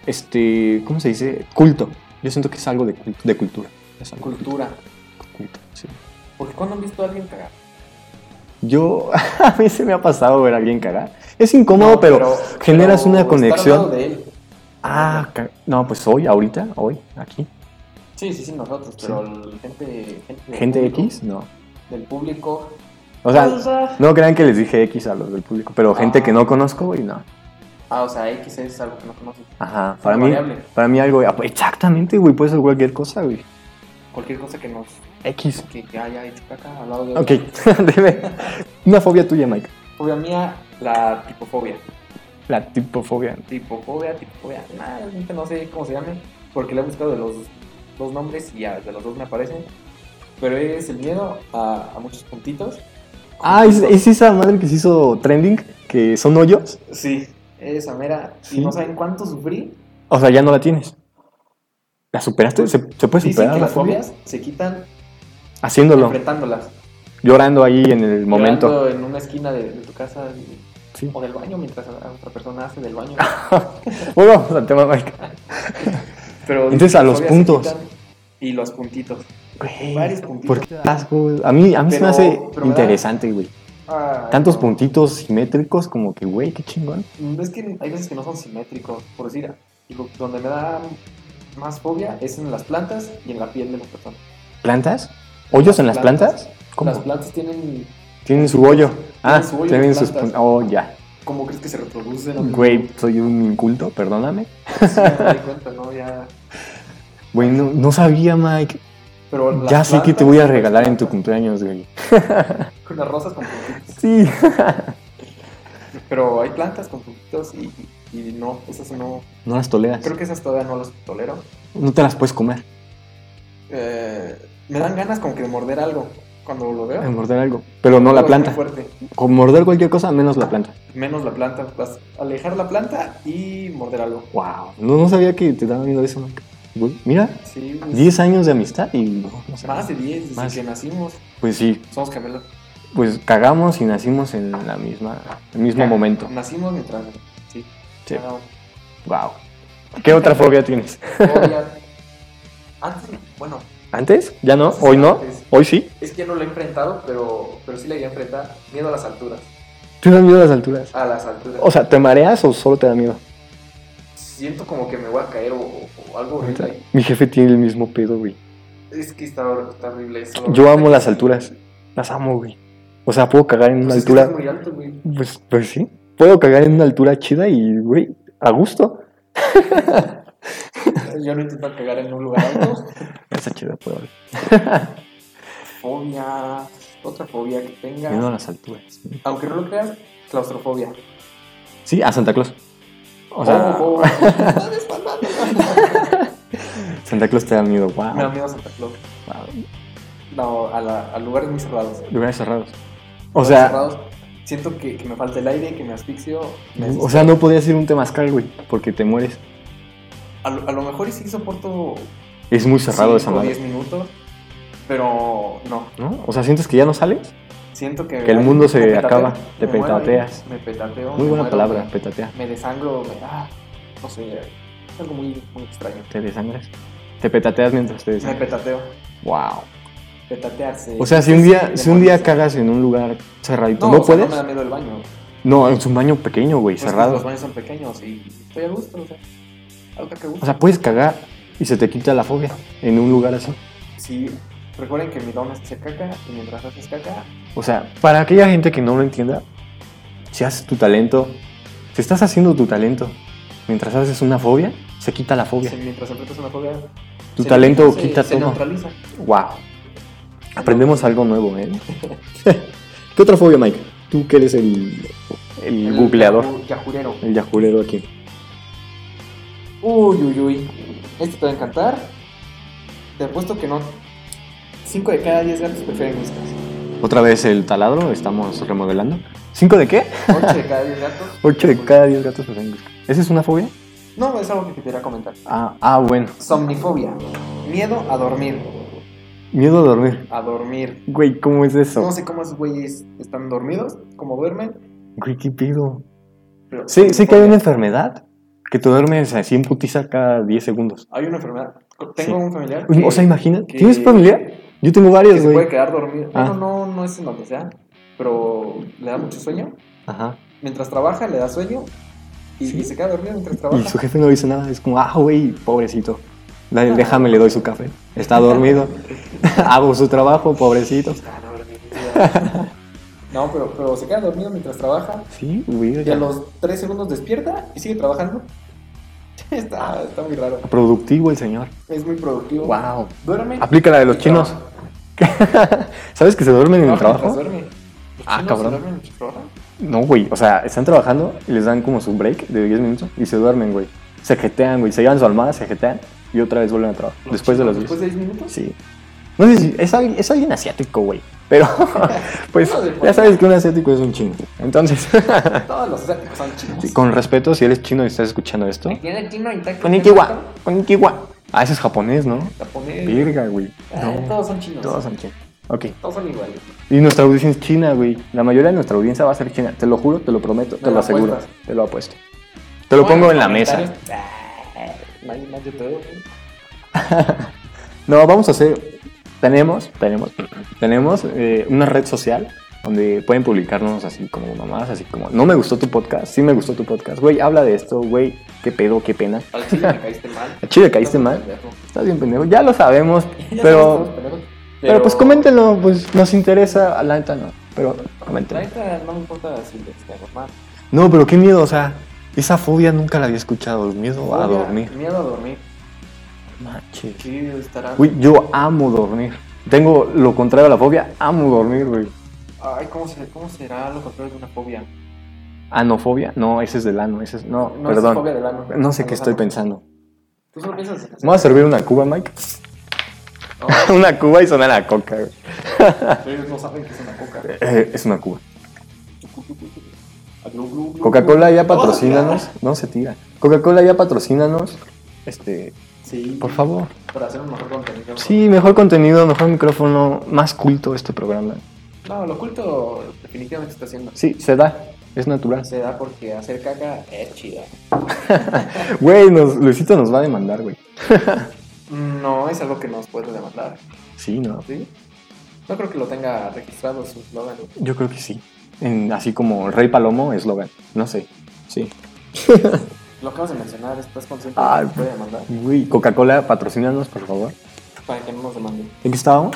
este, ¿cómo se dice? Culto. Yo siento que es algo de, cult- de cultura. Es algo
Cultura.
culto, sí.
Porque cuando han visto a alguien cagar.
Yo, [LAUGHS] a mí se me ha pasado ver a alguien cagar. Es incómodo,
No,
pero, generas
pero
una
estar al lado
conexión.
de él.
Ah, ca- no, pues hoy, ahorita, hoy, aquí.
Sí, sí, sí, nosotros, pero el- gente, gente, del
¿Gente
público-
X? No.
Del público.
O sea,
Pues
no crean que les dije X a los del público, pero gente
Ah.
que no conozco, güey, no.
Ah, o sea, X es algo que no conoces.
Ajá,
Una
para mí,
variable.
para mí algo, ah, exactamente, güey, puede ser cualquier cosa, güey.
Cualquier cosa que nos
X.
que que haya hecho caca al lado de
Ok, [LAUGHS]
otra.
dime, una fobia tuya, Mike.
Fobia mía, la tipofobia.
La tipofobia.
Tipofobia, tipofobia. Nada, realmente no sé cómo se llame. Porque le he buscado de los dos nombres y ya de los dos me aparecen. Pero es el miedo a, a muchos puntitos.
Ah, es,
Puntitos.
es esa madre que se hizo trending, que son hoyos.
Sí, esa mera.
Sí.
Y no saben cuánto sufrí.
O sea, ya no la tienes. ¿La superaste? ¿Se, se puede
Dicen
superar
que
la
las
fobia?
fobias se quitan
Haciéndolo,
enfrentándolas.
llorando ahí en el momento.
Llorando en una esquina de, de tu casa y-
Sí.
o del baño mientras a- a otra persona hace del baño.
Volvamos al tema, Mike.
[LAUGHS] Pero
Entonces, a los
todavía se
puntos.
quitan Y los puntitos.
Güey,
Varios puntitos.
¿Por qué asco? A mí, a mí se me
Pero-
hace
pero me da-
interesante, güey.
Ay,
Tantos
Ah, no.
puntitos simétricos, como que, güey, qué chingón.
Mm, Es que hay veces que no son simétricos, por decir, y lo- donde me da más fobia es en las plantas y en la piel de las personas.
¿Plantas? ¿Hoyos en las plantas?
Las
¿Cómo?
plantas tienen,
Tienen su hoyo. Ah,
su hoyo
tienen
las
sus
plantas.
pun- Oh, ya.
¿cómo crees que se reproducen? No
Güey, soy un inculto, perdóname.
tengo- sí, me doy cuenta, ¿no? Ya-
Güey, no, no sabía, Mike.
Pero las
Ya sé que te voy a
plantas-
regalar en tu cumpleaños, güey.
[LAUGHS] Con las rosas con puntitos.
Sí. [LAUGHS]
Pero hay plantas con puntitos y, y- y no, esas no.
No las toleras.
Creo que esas todavía no las tolero.
No te las puedes comer.
Eh, me dan ganas como que de morder algo cuando lo veo.
de Morder algo. Pero no la
Muy
planta.
fuerte.
O morder cualquier cosa menos la planta.
Menos la planta. vas a alejar la planta y morder algo.
Wow. No, no sabía que te daba miedo eso, Mike. Güey, mira,
Sí, pues,
10 años de amistad y no, no sé.
más de 10 desde
Más.
que nacimos.
Pues sí,
Somos gemelos.
pues cagamos y nacimos en la misma, el mismo momento.
Nacimos mientras. Sí.
Sí.
Ah,
Wow. ¿Qué otra fobia tienes?
fobia. [LAUGHS] Antes, bueno,
¿Antes? ¿Ya no?
Sí,
¿Hoy no?
antes.
¿Hoy sí?
es que ya no lo he enfrentado, pero, pero sí le voy a enfrentar. Miedo a las alturas.
¿Tú das miedo a las alturas?
A las alturas.
O sea, ¿te mareas o solo te da miedo?
Siento como que me voy a caer o, o algo horrible. ahí.
Mi jefe tiene el mismo pedo, güey.
Es que está, hor- está horrible eso.
Yo amo las alturas. Las amo, güey. O sea, puedo cagar en una
Pues es que
altura.
estás muy alto, güey.
Pues, pues sí. Puedo cagar en una altura chida y, güey, a gusto.
Yo no intento cagar en un lugar alto.
Esa chida puedo ver.
fobia. Otra fobia que tenga.
Miedo a las alturas.
Aunque no lo creas, claustrofobia.
Sí, a Santa Claus. O sea, [LAUGHS]
Oh, oh, está desfaldando.
Santa Claus te da miedo. Wow.
Me da miedo Santa Claus.
wow.
No, a, la- a lugares muy cerrados.
Lugares cerrados. O
Lugares
sea,
cerrados. Siento que, que me falta el aire, que me asfixio. me
O sea, no podías ir a un temazcal, güey, porque te mueres.
a, lo, a lo mejor y sí soporto
Es muy cerrado esa
cinco o
madre.
10 minutos, pero no.
¿No? O sea, ¿sientes que ya no sales?
Siento que.
Que el mundo se
me petateo,
acaba, te
me muero,
petateas.
Me petateo.
Muy
me
buena
muero,
palabra, petatea.
Me, me desangro, me. Ah, no sé, es algo muy, muy extraño.
Te desangras. Te petateas mientras te
Me
desangras.
petateo.
Wow.
Petatearse.
O sea, si un día, si un día
demonios.
cagas en un lugar cerradito,
No,
¿no
o sea,
puedes?
no me da miedo el baño.
No, en un baño pequeño, güey,
Pues que Los
cerrado.
baños son pequeños y estoy a gusto, o sea. Algo que gusto.
O sea, puedes cagar y se te quita la fobia en un lugar así.
sí, recuerden que mi don es hacer caca y mientras haces caca,
O sea, para aquella gente que no lo entienda, si haces tu talento, si estás haciendo tu talento, mientras haces una fobia, se quita la fobia.
se- mientras aprietas una fobia.
Tu
se-
talento
se-
quita
se
todo.
neutraliza.
Wow. Aprendemos algo nuevo, ¿eh? [LAUGHS] ¿Qué otra fobia, Mike? Tú que eres el, el, googleador,
yajú- Yajurero.
el yajurero aquí.
Uy, uy, uy. Este te va a encantar. Te apuesto que no. 5 de cada 10 gatos prefieren whiskas.
Otra vez el taladro, estamos remodelando. ¿Cinco de qué?
8 de cada 10 gatos.
Ocho de cada diez gatos prefieren whisky. ¿Esa es una fobia?
No, es algo que te quería comentar.
Ah, ah, bueno.
Somnifobia. Miedo a dormir.
Miedo a dormir.
A dormir.
Güey, ¿cómo es eso?
No sé cómo esos güeyes están dormidos, cómo duermen.
Güey, ¿qué pedo?
Pero
Sí, sí que hay
somnifobia.
una enfermedad que te duermes así en putiza cada 10 segundos.
Hay una enfermedad. Tengo
Sí.
un familiar.
O sea, imagina,
que-
¿tienes familiar? Yo tengo
que
varios,
se puede
güey.
quedar dormido.
Ah.
No, no, no es en donde sea. Pero le da mucho sueño.
Ajá.
Mientras trabaja, le da sueño. Y,
Sí.
y se queda dormido mientras
Y su
[LAUGHS] trabaja.
jefe no dice nada, es como, ah, güey, pobrecito. La-
Ah.
Déjame, le doy su café. Está [LAUGHS] dormido. Hago su trabajo, pobrecito.
Está dormido. no, pero, pero se queda dormido mientras trabaja.
Sí, güey.
Y a
ya.
los 3 segundos despierta y sigue trabajando. [LAUGHS] está, está muy raro.
Productivo el señor.
Es muy productivo.
Wow.
Duerme.
Aplica la de los
y
chinos.
trabaja.
[LAUGHS] ¿Sabes que se duermen en el
Trabaja mientras
trabajo?
duerme. ¿Los
Ah,
chinos
cabrón.
se duermen mientras trabajan?
No, güey. O sea, están trabajando y les dan como su break de 10 minutos y se duermen, güey. Se jetean, güey. Se llevan su almohada, se jetean y otra vez vuelven a trabajar.
¿Los
Después de
chinos
los 10.
Después de 10 minutos.
Sí. No sé si es, alguien- es alguien asiático, güey.
[LAUGHS]
Pero, [LAUGHS] pues,
No, de-
ya sabes que un asiático es un chino. Entonces, [LAUGHS]
Todos los asiáticos son chinos.
sí, con respeto, si eres chino y estás escuchando esto.
Tiene chino y taco.
Konnichiwa, konnichiwa. Ah, ese es japonés, ¿no?
Japonés.
Virga, güey.
Ah,
No,
Todos son chinos.
todos son chinos. Ok.
Todos son iguales.
Y nuestra audiencia es china, güey. La mayoría de nuestra audiencia va a ser china. Te lo juro, te lo prometo, te
Me
lo
lo
aseguro.
apuestas.
Te lo apuesto. Te lo pongo en la mesa.
Nadie Ah, más yo te veo.
No, vamos a hacer. Tenemos, tenemos, tenemos eh, una red social donde pueden publicarnos así como mamás, así como no me gustó tu podcast, sí me gustó tu podcast, güey, habla de esto, güey, qué pedo, qué pena.
Al chile me caíste mal.
A Chile caíste mal,
Pendejo.
estás bien pendejo, ya lo sabemos,
[LAUGHS] Ya sabes,
pero,
todos pendejos.
pero pues coméntenlo, pues nos interesa, a la neta no, pero coméntenlo.
La neta, no me importa si les caigo mal.
No, pero qué miedo, o sea, esa fobia nunca la había escuchado, el miedo a
Fobia,
dormir.
Miedo a dormir.
Manches.
Sí, estará.
Güey, yo amo dormir. Tengo lo contrario a la fobia, amo dormir, güey.
Ay, ¿cómo, se, ¿cómo será lo contrario de una fobia?
Anofobia, no, ese es del ano, ese es. No,
No, esa es fobia
perdón.
del ano.
No sé
A
qué
los
estoy
anos.
pensando.
¿Tú solo piensas?
¿Me vas a servir una cuba, Mike?
No,
[LAUGHS] una cuba y sonar a coca, güey.
ustedes no saben que es una coca.
Eh, es una cuba.
A glu, glu, glu, glu.
Coca-Cola ya
Todo
patrocínanos. No se tira. Coca-Cola ya patrocínanos. Este,
Sí,
por favor.
para hacer un mejor contenido.
Sí, mejor contenido, mejor micrófono, más culto este programa.
No, lo oculto definitivamente está haciendo.
Sí, se da. Es natural.
Se da porque hacer caca es chida.
Güey, nos- Luisito nos va a demandar, güey.
Mm, No es algo que nos puede demandar,
Sí, no.
¿sí? No creo que lo tenga registrado su slogan.
Yo creo que sí. En- así como Rey Palomo, eslogan. No sé. Sí.
Lo acabas de mencionar, ¿estás consciente
Ay,
de que nos puede demandar?
Güey, Coca-Cola, patrocínanos, por favor.
Para que no nos demanden.
¿En qué estábamos?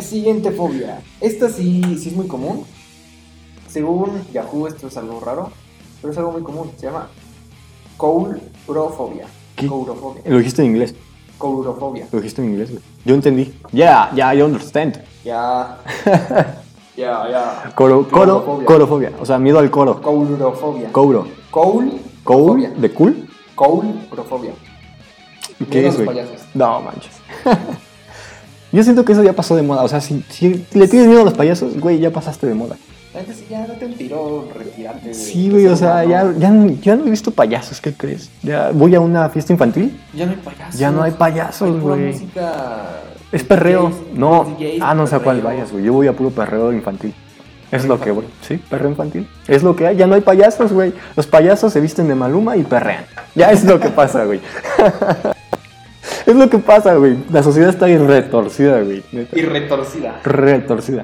Siguiente fobia. Esta sí, sí es muy común. Según Yahoo, esto es algo raro, pero es algo muy común. Se llama courofobia.
¿Qué?
Courofobia.
Lo dijiste en inglés.
Courofobia.
Lo dijiste en inglés, güey. Yo entendí. Yeah, yeah, I understand. [LAUGHS]
Ya. ya, ya.
Coro, coro,
Corofobia.
corofobia. O sea, miedo al coro.
Courofobia.
Couro.
Coul.
Coul, de cool.
Coulrofobia.
¿Y
Miedo
¿Qué
a
es,
los
güey?
payasos.
No manches. [LAUGHS] Yo siento que eso ya pasó de moda. O sea, si, si le tienes miedo a los payasos, güey, ya pasaste de moda.
La neta sí, ya date un tiro, retirarte. de-
Sí,
de
güey,
ser
o sea,
humano.
ya, ya, no- ya no he visto payasos, ¿qué crees? Ya voy a una fiesta infantil,
Ya no hay payasos.
ya no hay
Hay
payasos,
pura
güey.
música.
Es perreo.
DJs,
No,
DJs,
ah, no sé a cuál
perreo. Ah,
vayas, güey. Yo voy a puro perreo infantil. Es lo que, güey.
infantil.
Sí, perreo infantil. Es lo que hay. Ya no hay payasos, güey. Los payasos se visten de maluma y perrean. Ya es lo que pasa, güey. [LAUGHS] es lo que pasa, güey. La sociedad está bien retorcida, güey. neta.
Y retorcida.
Retorcida.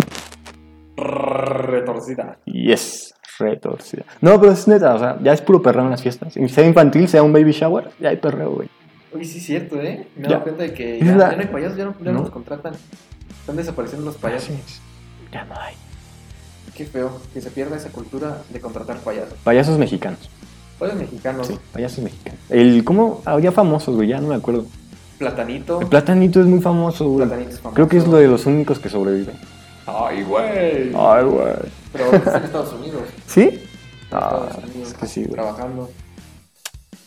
Retorcida.
Yes, retorcida. No, pero es neta, o sea, ya es puro perreo en las fiestas. Y Sea infantil, sea un baby shower, ya hay perreo, güey.
Uy, sí, es cierto, ¿eh? Me he
Ya.
dado cuenta de que
Es
ya,
la-
ya no hay payasos, ya no, ya no
No.
los contratan. Están desapareciendo los payasos.
Así es. Ya no hay.
Qué feo que se pierda esa cultura de contratar payasos.
Payasos mexicanos.
Payasos mexicanos,
Sí, payasos mexicanos. El, ¿cómo? Había famosos, güey, ya no me acuerdo.
platanito.
El platanito es muy famoso, güey.
platanito es famoso.
Creo que es lo de los únicos que sobreviven.
Ay, güey.
Ay, güey.
Pero está en Estados Unidos.
¿Sí? Ah,
Estados Unidos,
es que sí, güey.
Trabajando.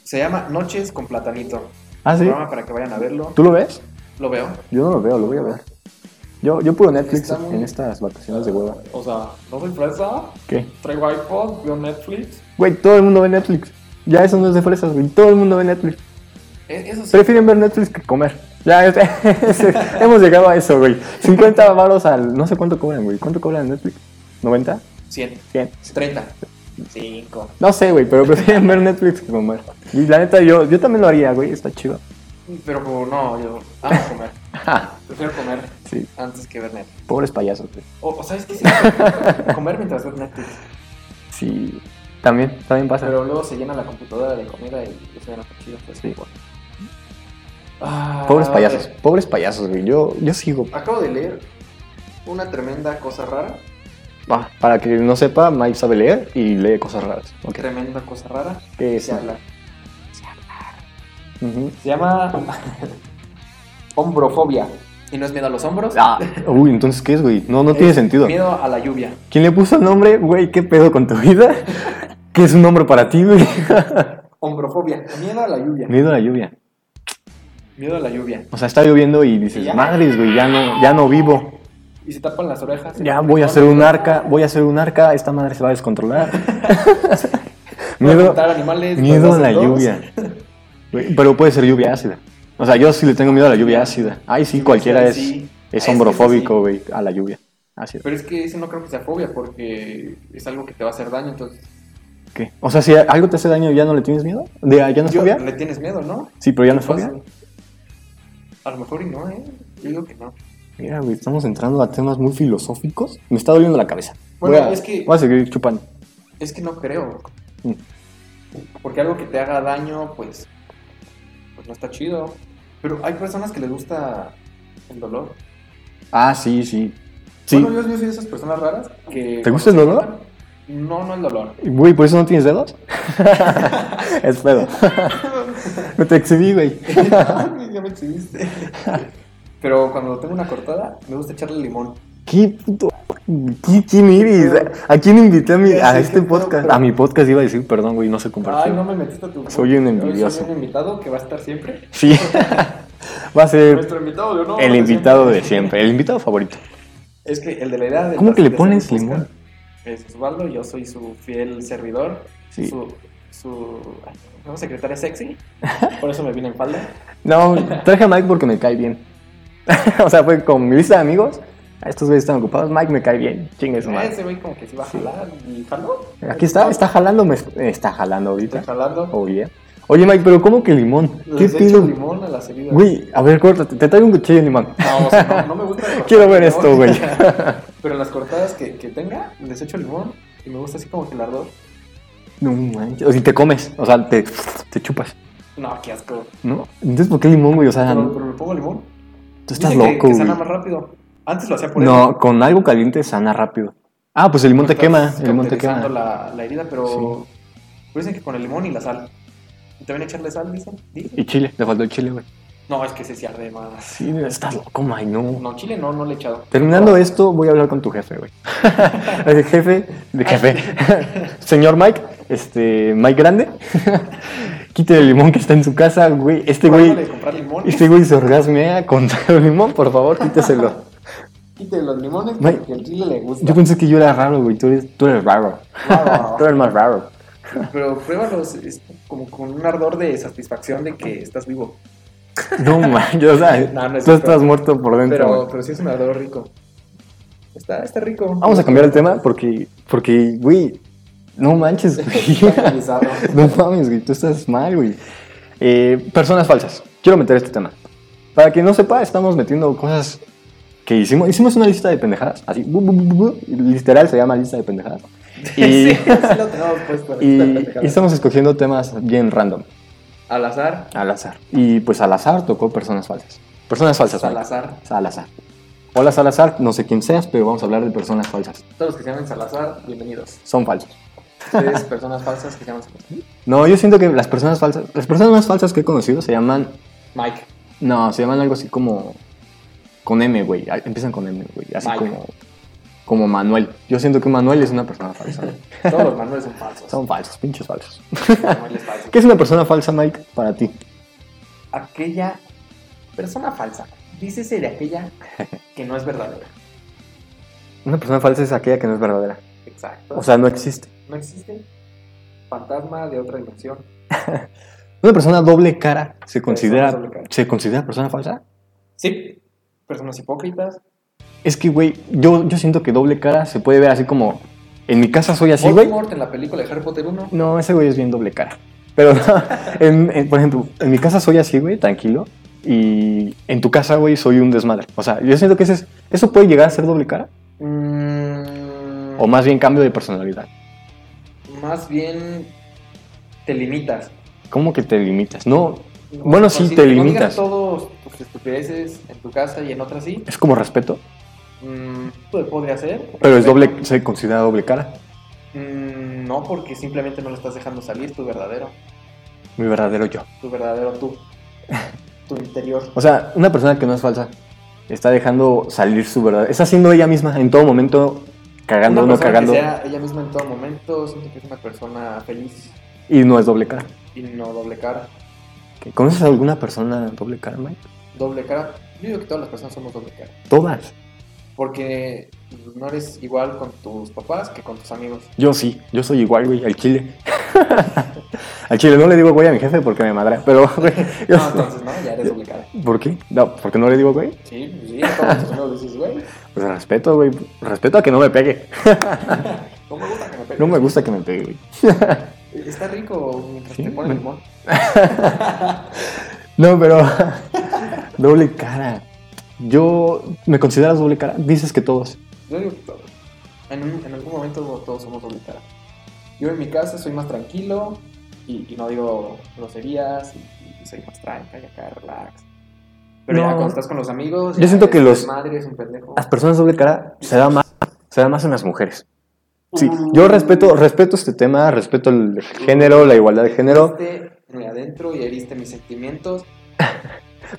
Se llama Noches con Platanito.
Ah, sí.
Programa para que vayan a verlo.
¿Tú lo ves?
Lo veo.
Yo no lo veo, lo voy a ver. Yo, yo puro Netflix
Está muy-
en estas vacaciones de hueva.
O sea, no soy fresa.
¿Qué?
Traigo iPod, veo Netflix.
Güey, todo el mundo ve Netflix. Ya eso no es de fresas, güey. Todo el mundo ve Netflix.
E- Eso sí.
Prefieren ver Netflix que comer. Ya, [LAUGHS] es- es- hemos llegado a eso, güey. 50 varos al... No sé cuánto cobran, güey. ¿Cuánto cobran en Netflix? ¿90?
100.
¿100?
30. 5.
No sé, güey, pero prefieren ver Netflix que comer. Y la neta, yo, yo también lo haría, güey. Está chido.
Pero como no, yo amo comer.
Ajá.
Prefiero comer
Sí.
antes que ver Netflix.
Pobres payasos, güey.
O, o sabes qué? Sí, [LAUGHS] comer mientras ves Netflix.
Sí. También, también pasa.
Pero luego se llena la computadora de comida y eso ya no está chido. Pues.
Sí.
Ah,
Pobres payasos. Pobres payasos, güey. Yo, yo sigo.
Acabo de leer una tremenda cosa rara.
Ah, para que no sepa, Mike sabe leer y lee cosas raras. Ok.
Tremenda cosa rara.
¿Qué
que
es?
Se habla.
Ujú.
Se llama [LAUGHS] hombrofobia. Y no es miedo a los hombros.
Ah, uy, entonces, ¿qué es, güey? No, no
es
tiene sentido.
Miedo a la lluvia.
¿Quién le puso el nombre, güey? ¿Qué pedo con tu vida? [LAUGHS] ¿Qué es un nombre para ti, güey? [LAUGHS]
Hombrofobia. Miedo a la lluvia.
Miedo a la lluvia.
Miedo a la lluvia.
O sea, está lloviendo y dices,
Ya.
madres, güey, ya no, ya no vivo.
Y se tapan las orejas.
Ya voy a hacer un arca, voy a hacer un arca, esta madre se va a
[LAUGHS]
descontrolar.
Miedo,
miedo
matar animales,
miedo a
cuando
la
hacen dos.
lluvia. Güey, Pero puede ser lluvia ácida. O sea, yo sí le tengo miedo a la lluvia ácida. Ay, sí, cualquiera es,
Sí. Ah,
es
que
hombrofóbico,
sí.
güey, a la lluvia ácida.
Pero es que eso no creo que sea fobia porque es algo que te va a hacer daño. Entonces,
¿Qué? O sea, si algo te hace daño, ¿ya no le tienes miedo? ¿De, ¿Ya no es
Yo-
fobia?
le tienes miedo, ¿no?
Sí, pero ya no es fobia.
A lo mejor y no, ¿eh? Yo digo que no.
Mira, güey, estamos entrando a temas muy filosóficos. Me está doliendo la cabeza.
Bueno,
voy a,
es que-
voy a seguir chupando.
Es que no creo.
Mm.
Porque algo que te haga daño, pues, pues no está chido. Pero hay personas que les gusta el dolor.
Ah, sí, sí. Sí.
Bueno, yo, yo soy de esas personas raras que...
¿Te gusta el
cuando se
dolor?
cortan- No, no
[LAUGHS]
el dolor.
Güey, ¿por eso no tienes dedos? [LAUGHS] es pedo. no te exhibí, güey.
Ay, ya
[LAUGHS]
me exhibiste. Pero cuando tengo una cortada, me gusta echarle limón.
¿Qué puto? ¿Qui- ¿Quién eres? ¿A quién invité a, mi-
Ya
a
sé
este
qué pedo,
podcast?
pero-
A mi podcast iba a decir, perdón, güey, no se
Ay,
compartió.
no me metiste a tu...
Soy un
Hoy
envidioso.
Soy un invitado que va a estar siempre.
Sí. Va a ser
Nuestro invitado de honor.
el
de
invitado de siempre, el invitado favorito.
Es que el de la edad.
¿Cómo
el
que le
de
pones
Sergio
limón?
Busca, Es Osvaldo, yo soy su fiel servidor.
Sí.
Su, su ay, ¿no?
[LAUGHS]
secretaria sexy. Por eso me vine en falda.
No, traje a Mike porque me cae bien. [LAUGHS] o sea, fue con mi lista de amigos. "Ah, Estos güeyes están ocupados. Mike me cae bien. Chingue su madre.
Ese güey como que se iba a jalar y jaló.
Aquí está, está jalando. Me está jalando ahorita.
Está jalando.
Oye. Oye, Mike, pero ¿cómo que limón? ¿Qué
Les echo
pido?
limón a las heridas.
Güey, a ver, córtate. Te traigo un cuchillo de limón.
No, o sea, no, no me
[LAUGHS]
gusta. cortar
Quiero ver
limón.
esto, güey.
[LAUGHS] Pero en las cortadas que, que tenga, les echo limón. Y me gusta así como que el ardor.
No manches. O si te comes. O sea, te, te chupas.
No, qué asco.
¿No? Entonces, ¿por qué limón, güey? O sea,
Pero,
tú
pero le pongo limón.
estás
Dicen que-
loco,
Que,
güey.
sana más rápido. Antes lo hacía por eso.
No, con algo caliente sana rápido. Ah, pues el limón te
Estás
quema. El limón te
cauterizando
quema.
La, la herida, pero.
Sí.
pero dicen que con el limón y la sal. Y también echarle sal, dicen. dicen.
Y chile. Le faltó el chile, güey.
No, es que ese se arde más.
Sí, estás loco, Mike. No.
No, chile no, no le he echado.
Terminando esto, voy a hablar con tu jefe, güey. [LAUGHS] El jefe, de jefe. [LAUGHS] Señor Mike, este, Mike Grande, [LAUGHS] quite el limón que está en su casa, güey. Este
Este
güey,
comprar limón.
[LAUGHS] este güey se orgasmea con el limón, por favor, quíteselo.
[LAUGHS] Quite los limones
Güey.
porque el chile le gusta.
Yo pensé que yo era raro, güey. Tú eres, tú eres raro.
Raro.
[LAUGHS] tú eres más raro.
Pero pruébalos es como con un ardor de satisfacción de que estás vivo.
No, man. Yo, o sea,
[LAUGHS] No, no es
tú
cierto.
estás muerto por dentro.
Pero,
güey.
pero sí es un ardor rico. Está, está rico.
Vamos a cambiar el tema
[LAUGHS]
porque, porque, güey, no manches,
[LAUGHS] Está
güey.
analizado.
no mames, güey. Tú estás mal, güey. Eh, personas falsas. Quiero meter este tema. Para quien no sepa, estamos metiendo cosas que hicimos. Hicimos una lista de pendejadas. Así, bu, bu, bu, bu, bu, literal se llama lista de pendejadas. Y,
[LAUGHS] Sí, sí lo tenemos pues, puesto.
y- y estamos escogiendo temas bien random,
Al azar.
al azar. Y pues al azar tocó personas falsas. Personas falsas,
Al
Mike.
azar.
Salazar. Hola Salazar, no sé quién seas, pero vamos a hablar de personas falsas.
Todos los que se llaman Salazar,
[LAUGHS]
bienvenidos.
Son falsos.
Ustedes, personas falsas que se llaman Salazar.
No, yo siento que las personas falsas, las personas más falsas que he conocido se llaman,
Mike.
no, se llaman algo así como con M, güey. Ah, Empiezan con M, güey. Así
Mike.
como como Manuel. Yo siento que Manuel es una persona falsa.
[LAUGHS]
güey.
Todos los Manuel son falsos.
Son falsos, pinches falsos.
Manuel es falso.
¿Qué es una persona falsa, Mike, para ti?
Aquella persona falsa. Dícese de aquella que no es verdadera.
Una persona falsa es aquella que no es verdadera.
Exacto.
O sea, no existe.
no existe fantasma de otra dimensión.
Una persona doble cara se considera
doble cara.
se considera persona falsa.
Sí. Personas hipócritas.
Es que, güey, yo, yo siento que doble cara se puede ver así como. En mi casa soy así, güey.
Voldemort en la película de Harry Potter 1.
No, ese güey es bien doble cara. Pero, [LAUGHS] en- en- por ejemplo, en mi casa soy así, güey, tranquilo. Y en tu casa, güey, soy un desmadre. O sea, yo siento que ese es- eso puede llegar a ser doble cara.
Mm,
O más bien cambio de personalidad.
más bien te limitas.
¿Cómo que te limitas? No, Bueno, sí, te
no digas
limitas.
todos tus estupideces en tu casa y en otras sí.
es como respeto,
Mm, pues, podría ser.
pero es doble, se considera doble cara.
Mm, no, porque simplemente no lo estás dejando salir tu verdadero,
Mi verdadero yo.
tu verdadero
[LAUGHS]
tú, tu interior.
O sea, una persona que no es falsa está dejando salir su verdad. Está siendo ella misma en todo momento, cagando
una
uno,
persona
cagando.
que sea ella misma en todo momento, siento que es una persona feliz
Y no es doble cara.
y no doble cara.
¿Qué? ¿Conoces a alguna persona doble cara, Mike?
Doble cara, yo digo que todas las personas somos doble cara.
Todas.
Porque no eres igual con tus papás que con tus amigos.
Yo sí, yo soy igual, güey, al chile. [LAUGHS] al chile no le digo güey a mi jefe porque me madrea, pero, [LAUGHS] güey, yo-
No, entonces no, ya eres doble cara.
¿Por qué? No, porque no le digo güey.
Sí, pues sí, a todos tus amigos dices, güey,
Pues respeto, güey. Respeto a que no me pegue.
no me gusta que me peguen.
No me gusta que me pegue, güey.
Está rico mientras
Sí,
te ponen
me-
limón.
No, pero. [LAUGHS] doble cara. Yo. ¿Me consideras doble cara? Dices que todos.
Yo digo que todos. En, un- en algún momento todos somos doble cara. Yo en mi casa soy más tranquilo y, y no digo groserías y, y soy más tranca y acá relax. Pero ya
No.
cuando estás con los amigos,
Yo
ya
siento que
eres
los-
Madre es un pendejo.
Las personas doble cara se da más, se da más en las mujeres. Sí, yo respeto, respeto este tema, respeto el género, la igualdad de género,
Heriste me adentro y heriste mis sentimientos.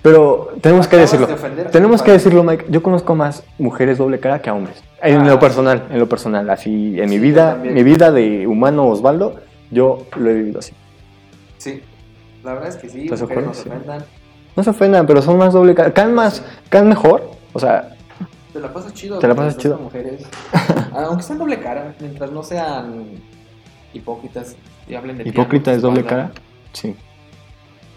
pero tenemos que
Acabas
decirlo.
de ofender a
Tenemos
tu
que
padre.
decirlo, Mike. Yo conozco más mujeres doble cara que a hombres. En
Ah.
lo personal, en lo personal, así en mi
Sí, yo
vida,
también.
mi vida de humano Osvaldo, yo lo he vivido así.
Sí, la verdad es que sí,
¿Estás de
mujeres
acuerdo?
nos
Sí.
ofendan.
No se ofendan, pero son más doble cara. Caen más, caen mejor. O sea,
Te la pasas chido.
Te la pasas
mientras
chido. [LAUGHS]
son Mujeres. Aunque sean doble cara, mientras no sean hipócritas y hablen de ti a
hipócrita
tu
es doble
espalda.
cara. Sí.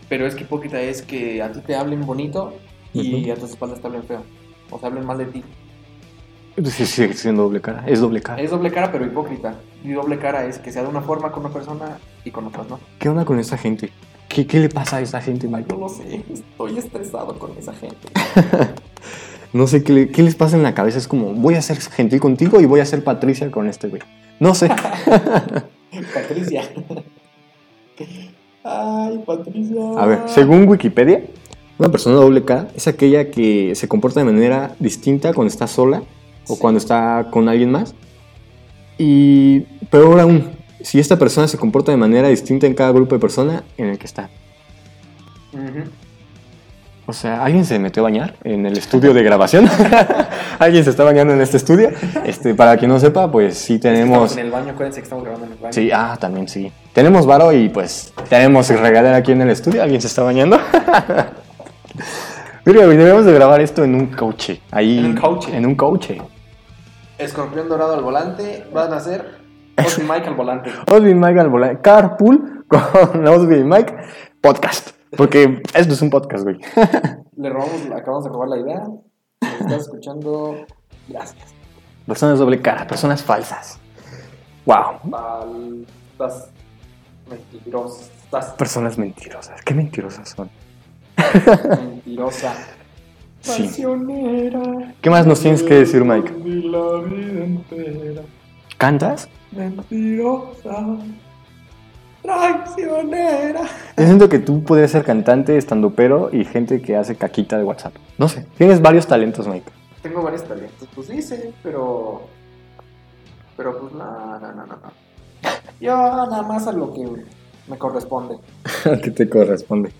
Pero es que hipócrita es que a ti te hablen bonito y
Ujú.
a tus espaldas te hablen feo. O sea, hablen mal de ti.
Sí, sigue siendo doble cara. Es doble cara.
Es doble cara, pero hipócrita. Y doble cara es que sea de una forma con una persona y con otras no.
¿Qué onda con esta gente? ¿Qué, qué le pasa a esta gente, Mike?
No lo sé, estoy estresado con esa gente.
No sé qué, le- qué les pasa en la cabeza. Es como, voy a ser gentil contigo y voy a ser Patricia con este güey. No sé. [LAUGHS]
Patricia. Ay, Patricia.
A ver, según Wikipedia, una persona doble cara es aquella que se comporta de manera distinta cuando está sola o
Sí.
cuando está con alguien más. Y peor aún, si esta persona se comporta de manera distinta en cada grupo de persona en el que está.
Ujú.
O sea, ¿alguien se metió a bañar en el estudio de grabación? [LAUGHS] ¿Alguien se está bañando en este estudio? Este, para quien no sepa, pues sí
Estamos
tenemos...
en el baño, acuérdense que estamos grabando en el baño.
Sí, ah, también sí. Tenemos varo y pues tenemos regadera aquí en el estudio. ¿Alguien se está bañando? [LAUGHS] Mira, güey, debemos de grabar esto en un coche. Ahí,
En un coche.
En un coche.
Escorpión dorado al volante, van a ser Osby Mike al volante.
Osby y Mike al volar. Carpool [LAUGHS] con Osby y Mike. Podcast. Porque esto es un podcast, güey.
Le robamos, le acabamos de robar la idea. Nos estás escuchando. Gracias.
Personas doble cara, personas falsas. Wow.
Faltas mentirosas.
Personas mentirosas. Qué mentirosas son.
Mentirosa.
Pues Sí.
Pasionera.
¿Qué más nos tienes que decir, Mike?
Viví La vida entera.
¿Cantas?
Mentirosa. Traicionera.
Yo siento que tú podrías ser cantante, estando pero y gente que hace caquita de WhatsApp. No sé. Tienes varios talentos, [LAUGHS] Mike.
Tengo varios talentos, pues dice, pero. Pero pues no, no, no, no. no. Yo nada más a lo que me corresponde.
¿Qué te corresponde?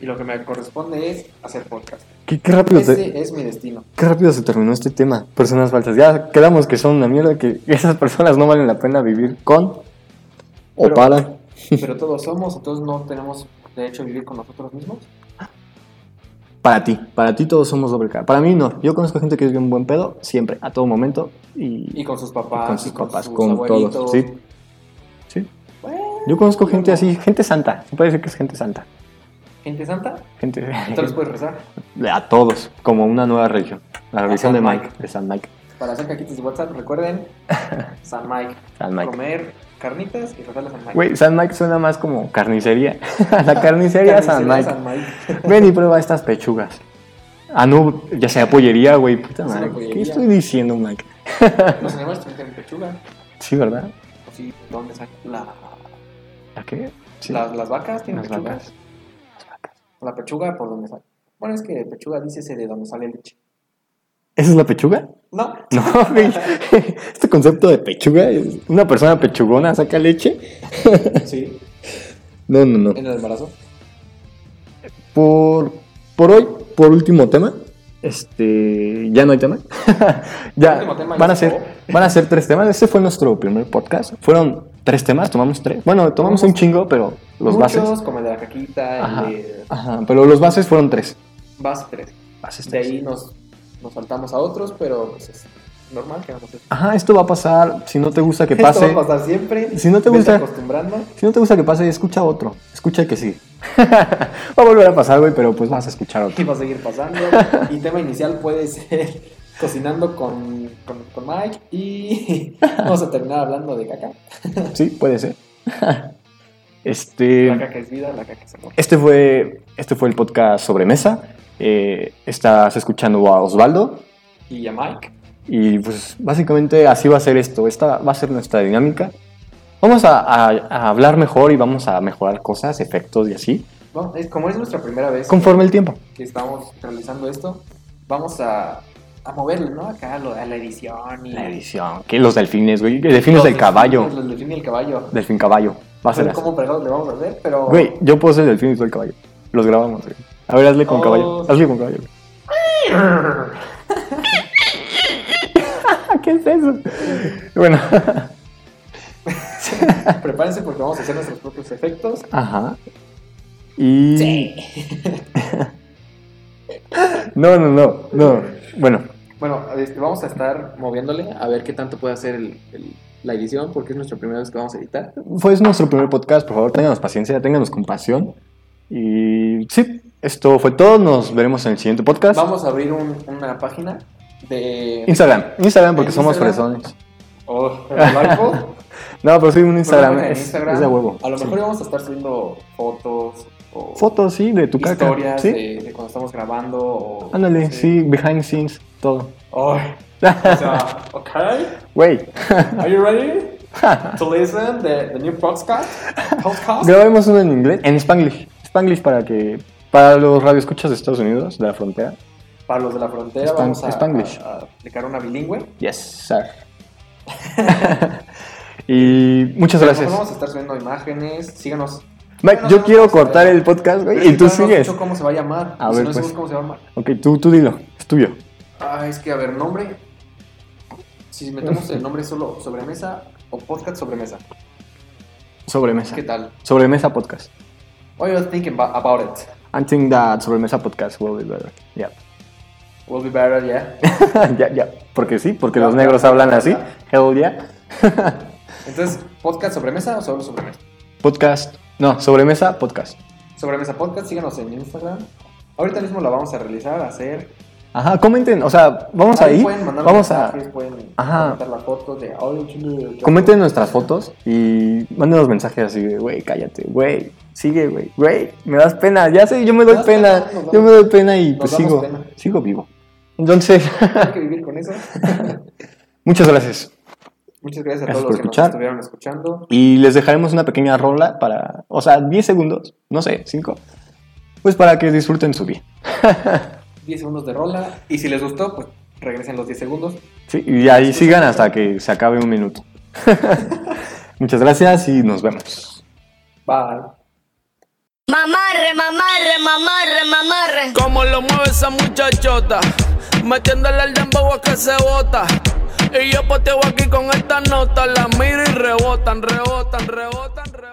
Y lo que me corresponde es hacer podcast.
¿Qué, qué rápido te-
Ese es mi destino.
Qué rápido se terminó este tema. Personas falsas. Ya quedamos que son una mierda, que [LAUGHS] esas personas no valen la pena vivir con o
Pero-
para.
Pero todos somos, entonces no tenemos derecho a vivir con nosotros mismos.
Para ti. Para ti todos somos doble cara. Para mí no. Yo conozco gente que es bien buen pedo, siempre, a todo momento. Y,
Y con sus
y
papás.
con sus papás,
sus
con
abuelitos.
todos. Sí. Sí.
Bueno,
Yo conozco gente
no.
así, gente santa. Se puede decir que es gente santa.
Gente santa,
Gente.
entonces puedes rezar.
[LAUGHS] A todos. Como una nueva religión. La religión de
San
Mike.
Mike.
De San Mike.
Para hacer caquitas de WhatsApp,
[LAUGHS]
recuerden, San Mike.
San Mike.
Comer carnitas y rezarle a San Mike.
Güey, San Mike suena más como carnicería. [LAUGHS] la carnicería San
Carnicería
Mike. Ven y prueba estas pechugas. Ah, no, ya sea pollería, güey. Puta
Es una
madre. ¿Qué
pollería.
estoy diciendo, Mike?
Los animales también tienen pechuga.
Sí, ¿verdad?
O sí, ¿dónde sacan? La-
¿A qué? Sí.
las, las vacas tienen
Las
pechuga.
vacas.
La pechuga por donde sale. Bueno, es que pechuga dice de donde sale leche.
¿Esa es la pechuga? [LAUGHS]
No,
No, güey. [LAUGHS] Este concepto de pechuga es una persona pechugona saca leche.
sí,
No, no, no.
en el embarazo.
Por, por hoy, por último tema. Este, ya no hay tema. [LAUGHS] ya
Último tema, ya
van a
se
ser,
acabó.
van a ser tres temas. Este fue nuestro primer podcast. Fueron tres temas, tomamos tres. Bueno, tomamos un chingo, pero los
Muchos,
bases.
como el de la caquita,
Ajá.
el de
Ajá, pero los bases fueron tres.
base 3.
Bases
De
tres.
ahí nos, nos saltamos a otros, pero pues, es normal que hagamos eso.
Ajá, esto va a pasar. Si no te gusta que
Esto
pase,
va a pasar siempre.
Si no te
Vete
gusta-
acostumbrando.
si no te gusta que pase, escucha otro. Escucha el que sigue. [LAUGHS] va a volver a pasar, güey, pero pues vas a escuchar
Y
otro.
va a seguir pasando. y tema inicial puede ser [LAUGHS] cocinando con, con, con Mike. Y [LAUGHS] vamos a terminar hablando de caca. [LAUGHS]
Sí, puede ser. [LAUGHS]
La
este,
caca es vida, la caca es amor.
este fue, este fue el podcast sobre mesa. Eh, estás escuchando a Osvaldo
Y a Mike.
y pues básicamente así va a ser esto. Esta va a ser nuestra dinámica. Vamos a, a- a hablar mejor y vamos a mejorar cosas, efectos y así,
Bueno, es, como es nuestra primera vez
conforme el tiempo.
que estamos realizando esto, vamos a, a moverle, ¿no? Acá lo- a la edición. Y
La edición, que los delfines, güey, delfines
Los
del
delfines,
caballo.
Los delfines y el caballo.
Delfín caballo. Va a
No
ser
sé
así.
cómo fregados le vamos a hacer, pero.
Güey, yo puedo ser el delfín y tú el caballo. Los grabamos, güey. A ver, hazle con
Oh.
caballo. Hazle con caballo. güey. [LAUGHS] ¿Qué es eso? Bueno.
[LAUGHS]
[LAUGHS]
Prepárense porque vamos a hacer nuestros propios efectos.
Ajá. Y... No, no, no. No. Bueno.
Bueno, este, vamos a estar moviéndole a ver qué tanto puede hacer el- el- la edición porque es nuestra primera vez que vamos a editar.
Fue nuestro primer podcast. Por favor, ténganos paciencia, ténganos compasión. Y sí, esto fue todo. Nos veremos en el siguiente podcast.
Vamos a abrir un- una página de.
Instagram. Instagram porque
En
somos
Instagram.
fresones.
Oh,
[LAUGHS]
barco.
No, pero sí, un Instagram.
Bueno, en
es,
Instagram,
es de huevo.
A lo
Sí.
mejor vamos a estar subiendo fotos o
Fotos, sí, de tu caca.
historias
sí.
de, de cuando estamos grabando. o-
Ándale,
no sé.
sí. behind the scenes, todo.
Ay, o sea, [LAUGHS] ok,
Güey,
are
[LAUGHS]
you ready to listen the, the new podcast? podcast?
grabemos uno en inglés, en Spanglish. Spanglish para que, para los radioescuchas de Estados Unidos, de la frontera.
Para los de la frontera
Span-
vamos a,
Spanglish.
a- a aplicar una bilingüe.
Yes, sir. [LAUGHS] y muchas gracias.
Vamos a estar subiendo imágenes, síganos.
Mike, yo quiero cortar el podcast, güey, y tú sigues.
No cómo se va a llamar.
A
y si
ver,
no
pues.
sabemos cómo se va a llamar.
Ok, tú, tú dilo, es tuyo.
Ah, es que, a ver, nombre. Si metemos el nombre solo sobremesa o podcast sobremesa. pues,
Sobremesa.
¿Qué tal?
Sobremesa podcast.
What are you thinking about, about it?
I think that sobremesa podcast will be better. Yeah.
Will be better, yeah.
[LAUGHS] ya, ya. Porque sí, porque
Ya,
los
ya,
negros
ya,
hablan
ya.
así. Hell yeah.
Entonces, ¿podcast sobremesa o solo sobremesa?
Podcast. No, sobremesa podcast.
Sobremesa Podcast, síganos en Instagram. Ahorita mismo la vamos a realizar, a hacer.
Ajá, comenten. O sea, vamos ahí.
Pueden mandar
Vamos a.
mensajes, Pueden
Ajá.
comentar la foto de. "Ay, chulo, yo-
Comenten nuestras fotos y mándenos mensajes así de, güey, cállate, güey, sigue, güey, güey, me das pena, ya sé, yo me doy
Nos
pena,
damos, nos
yo me doy pena y
Nos
pues
damos
sigo,
pena.
sigo vivo. Entonces, [LAUGHS]
Hay que vivir con eso.
muchas gracias.
Muchas gracias a
Gracias por
todos los que
escuchar.
nos estuvieron escuchando.
Y les dejaremos una pequeña rola para, o sea, 10 segundos, no sé, 5, pues para que disfruten su día.
10 segundos de rola. Y si les gustó, pues regresen los 10 segundos.
Sí, y ahí sigan hasta que se acabe un minuto. [LAUGHS] muchas gracias y nos vemos.
Bye.
Mamarre, mamarre, mamarre, mamarre.
Como lo mueve esa muchachota, metiéndole el dembow a que se bota. Y yo poteo aquí con esta nota, la miro y rebotan, rebotan, rebotan, rebotan.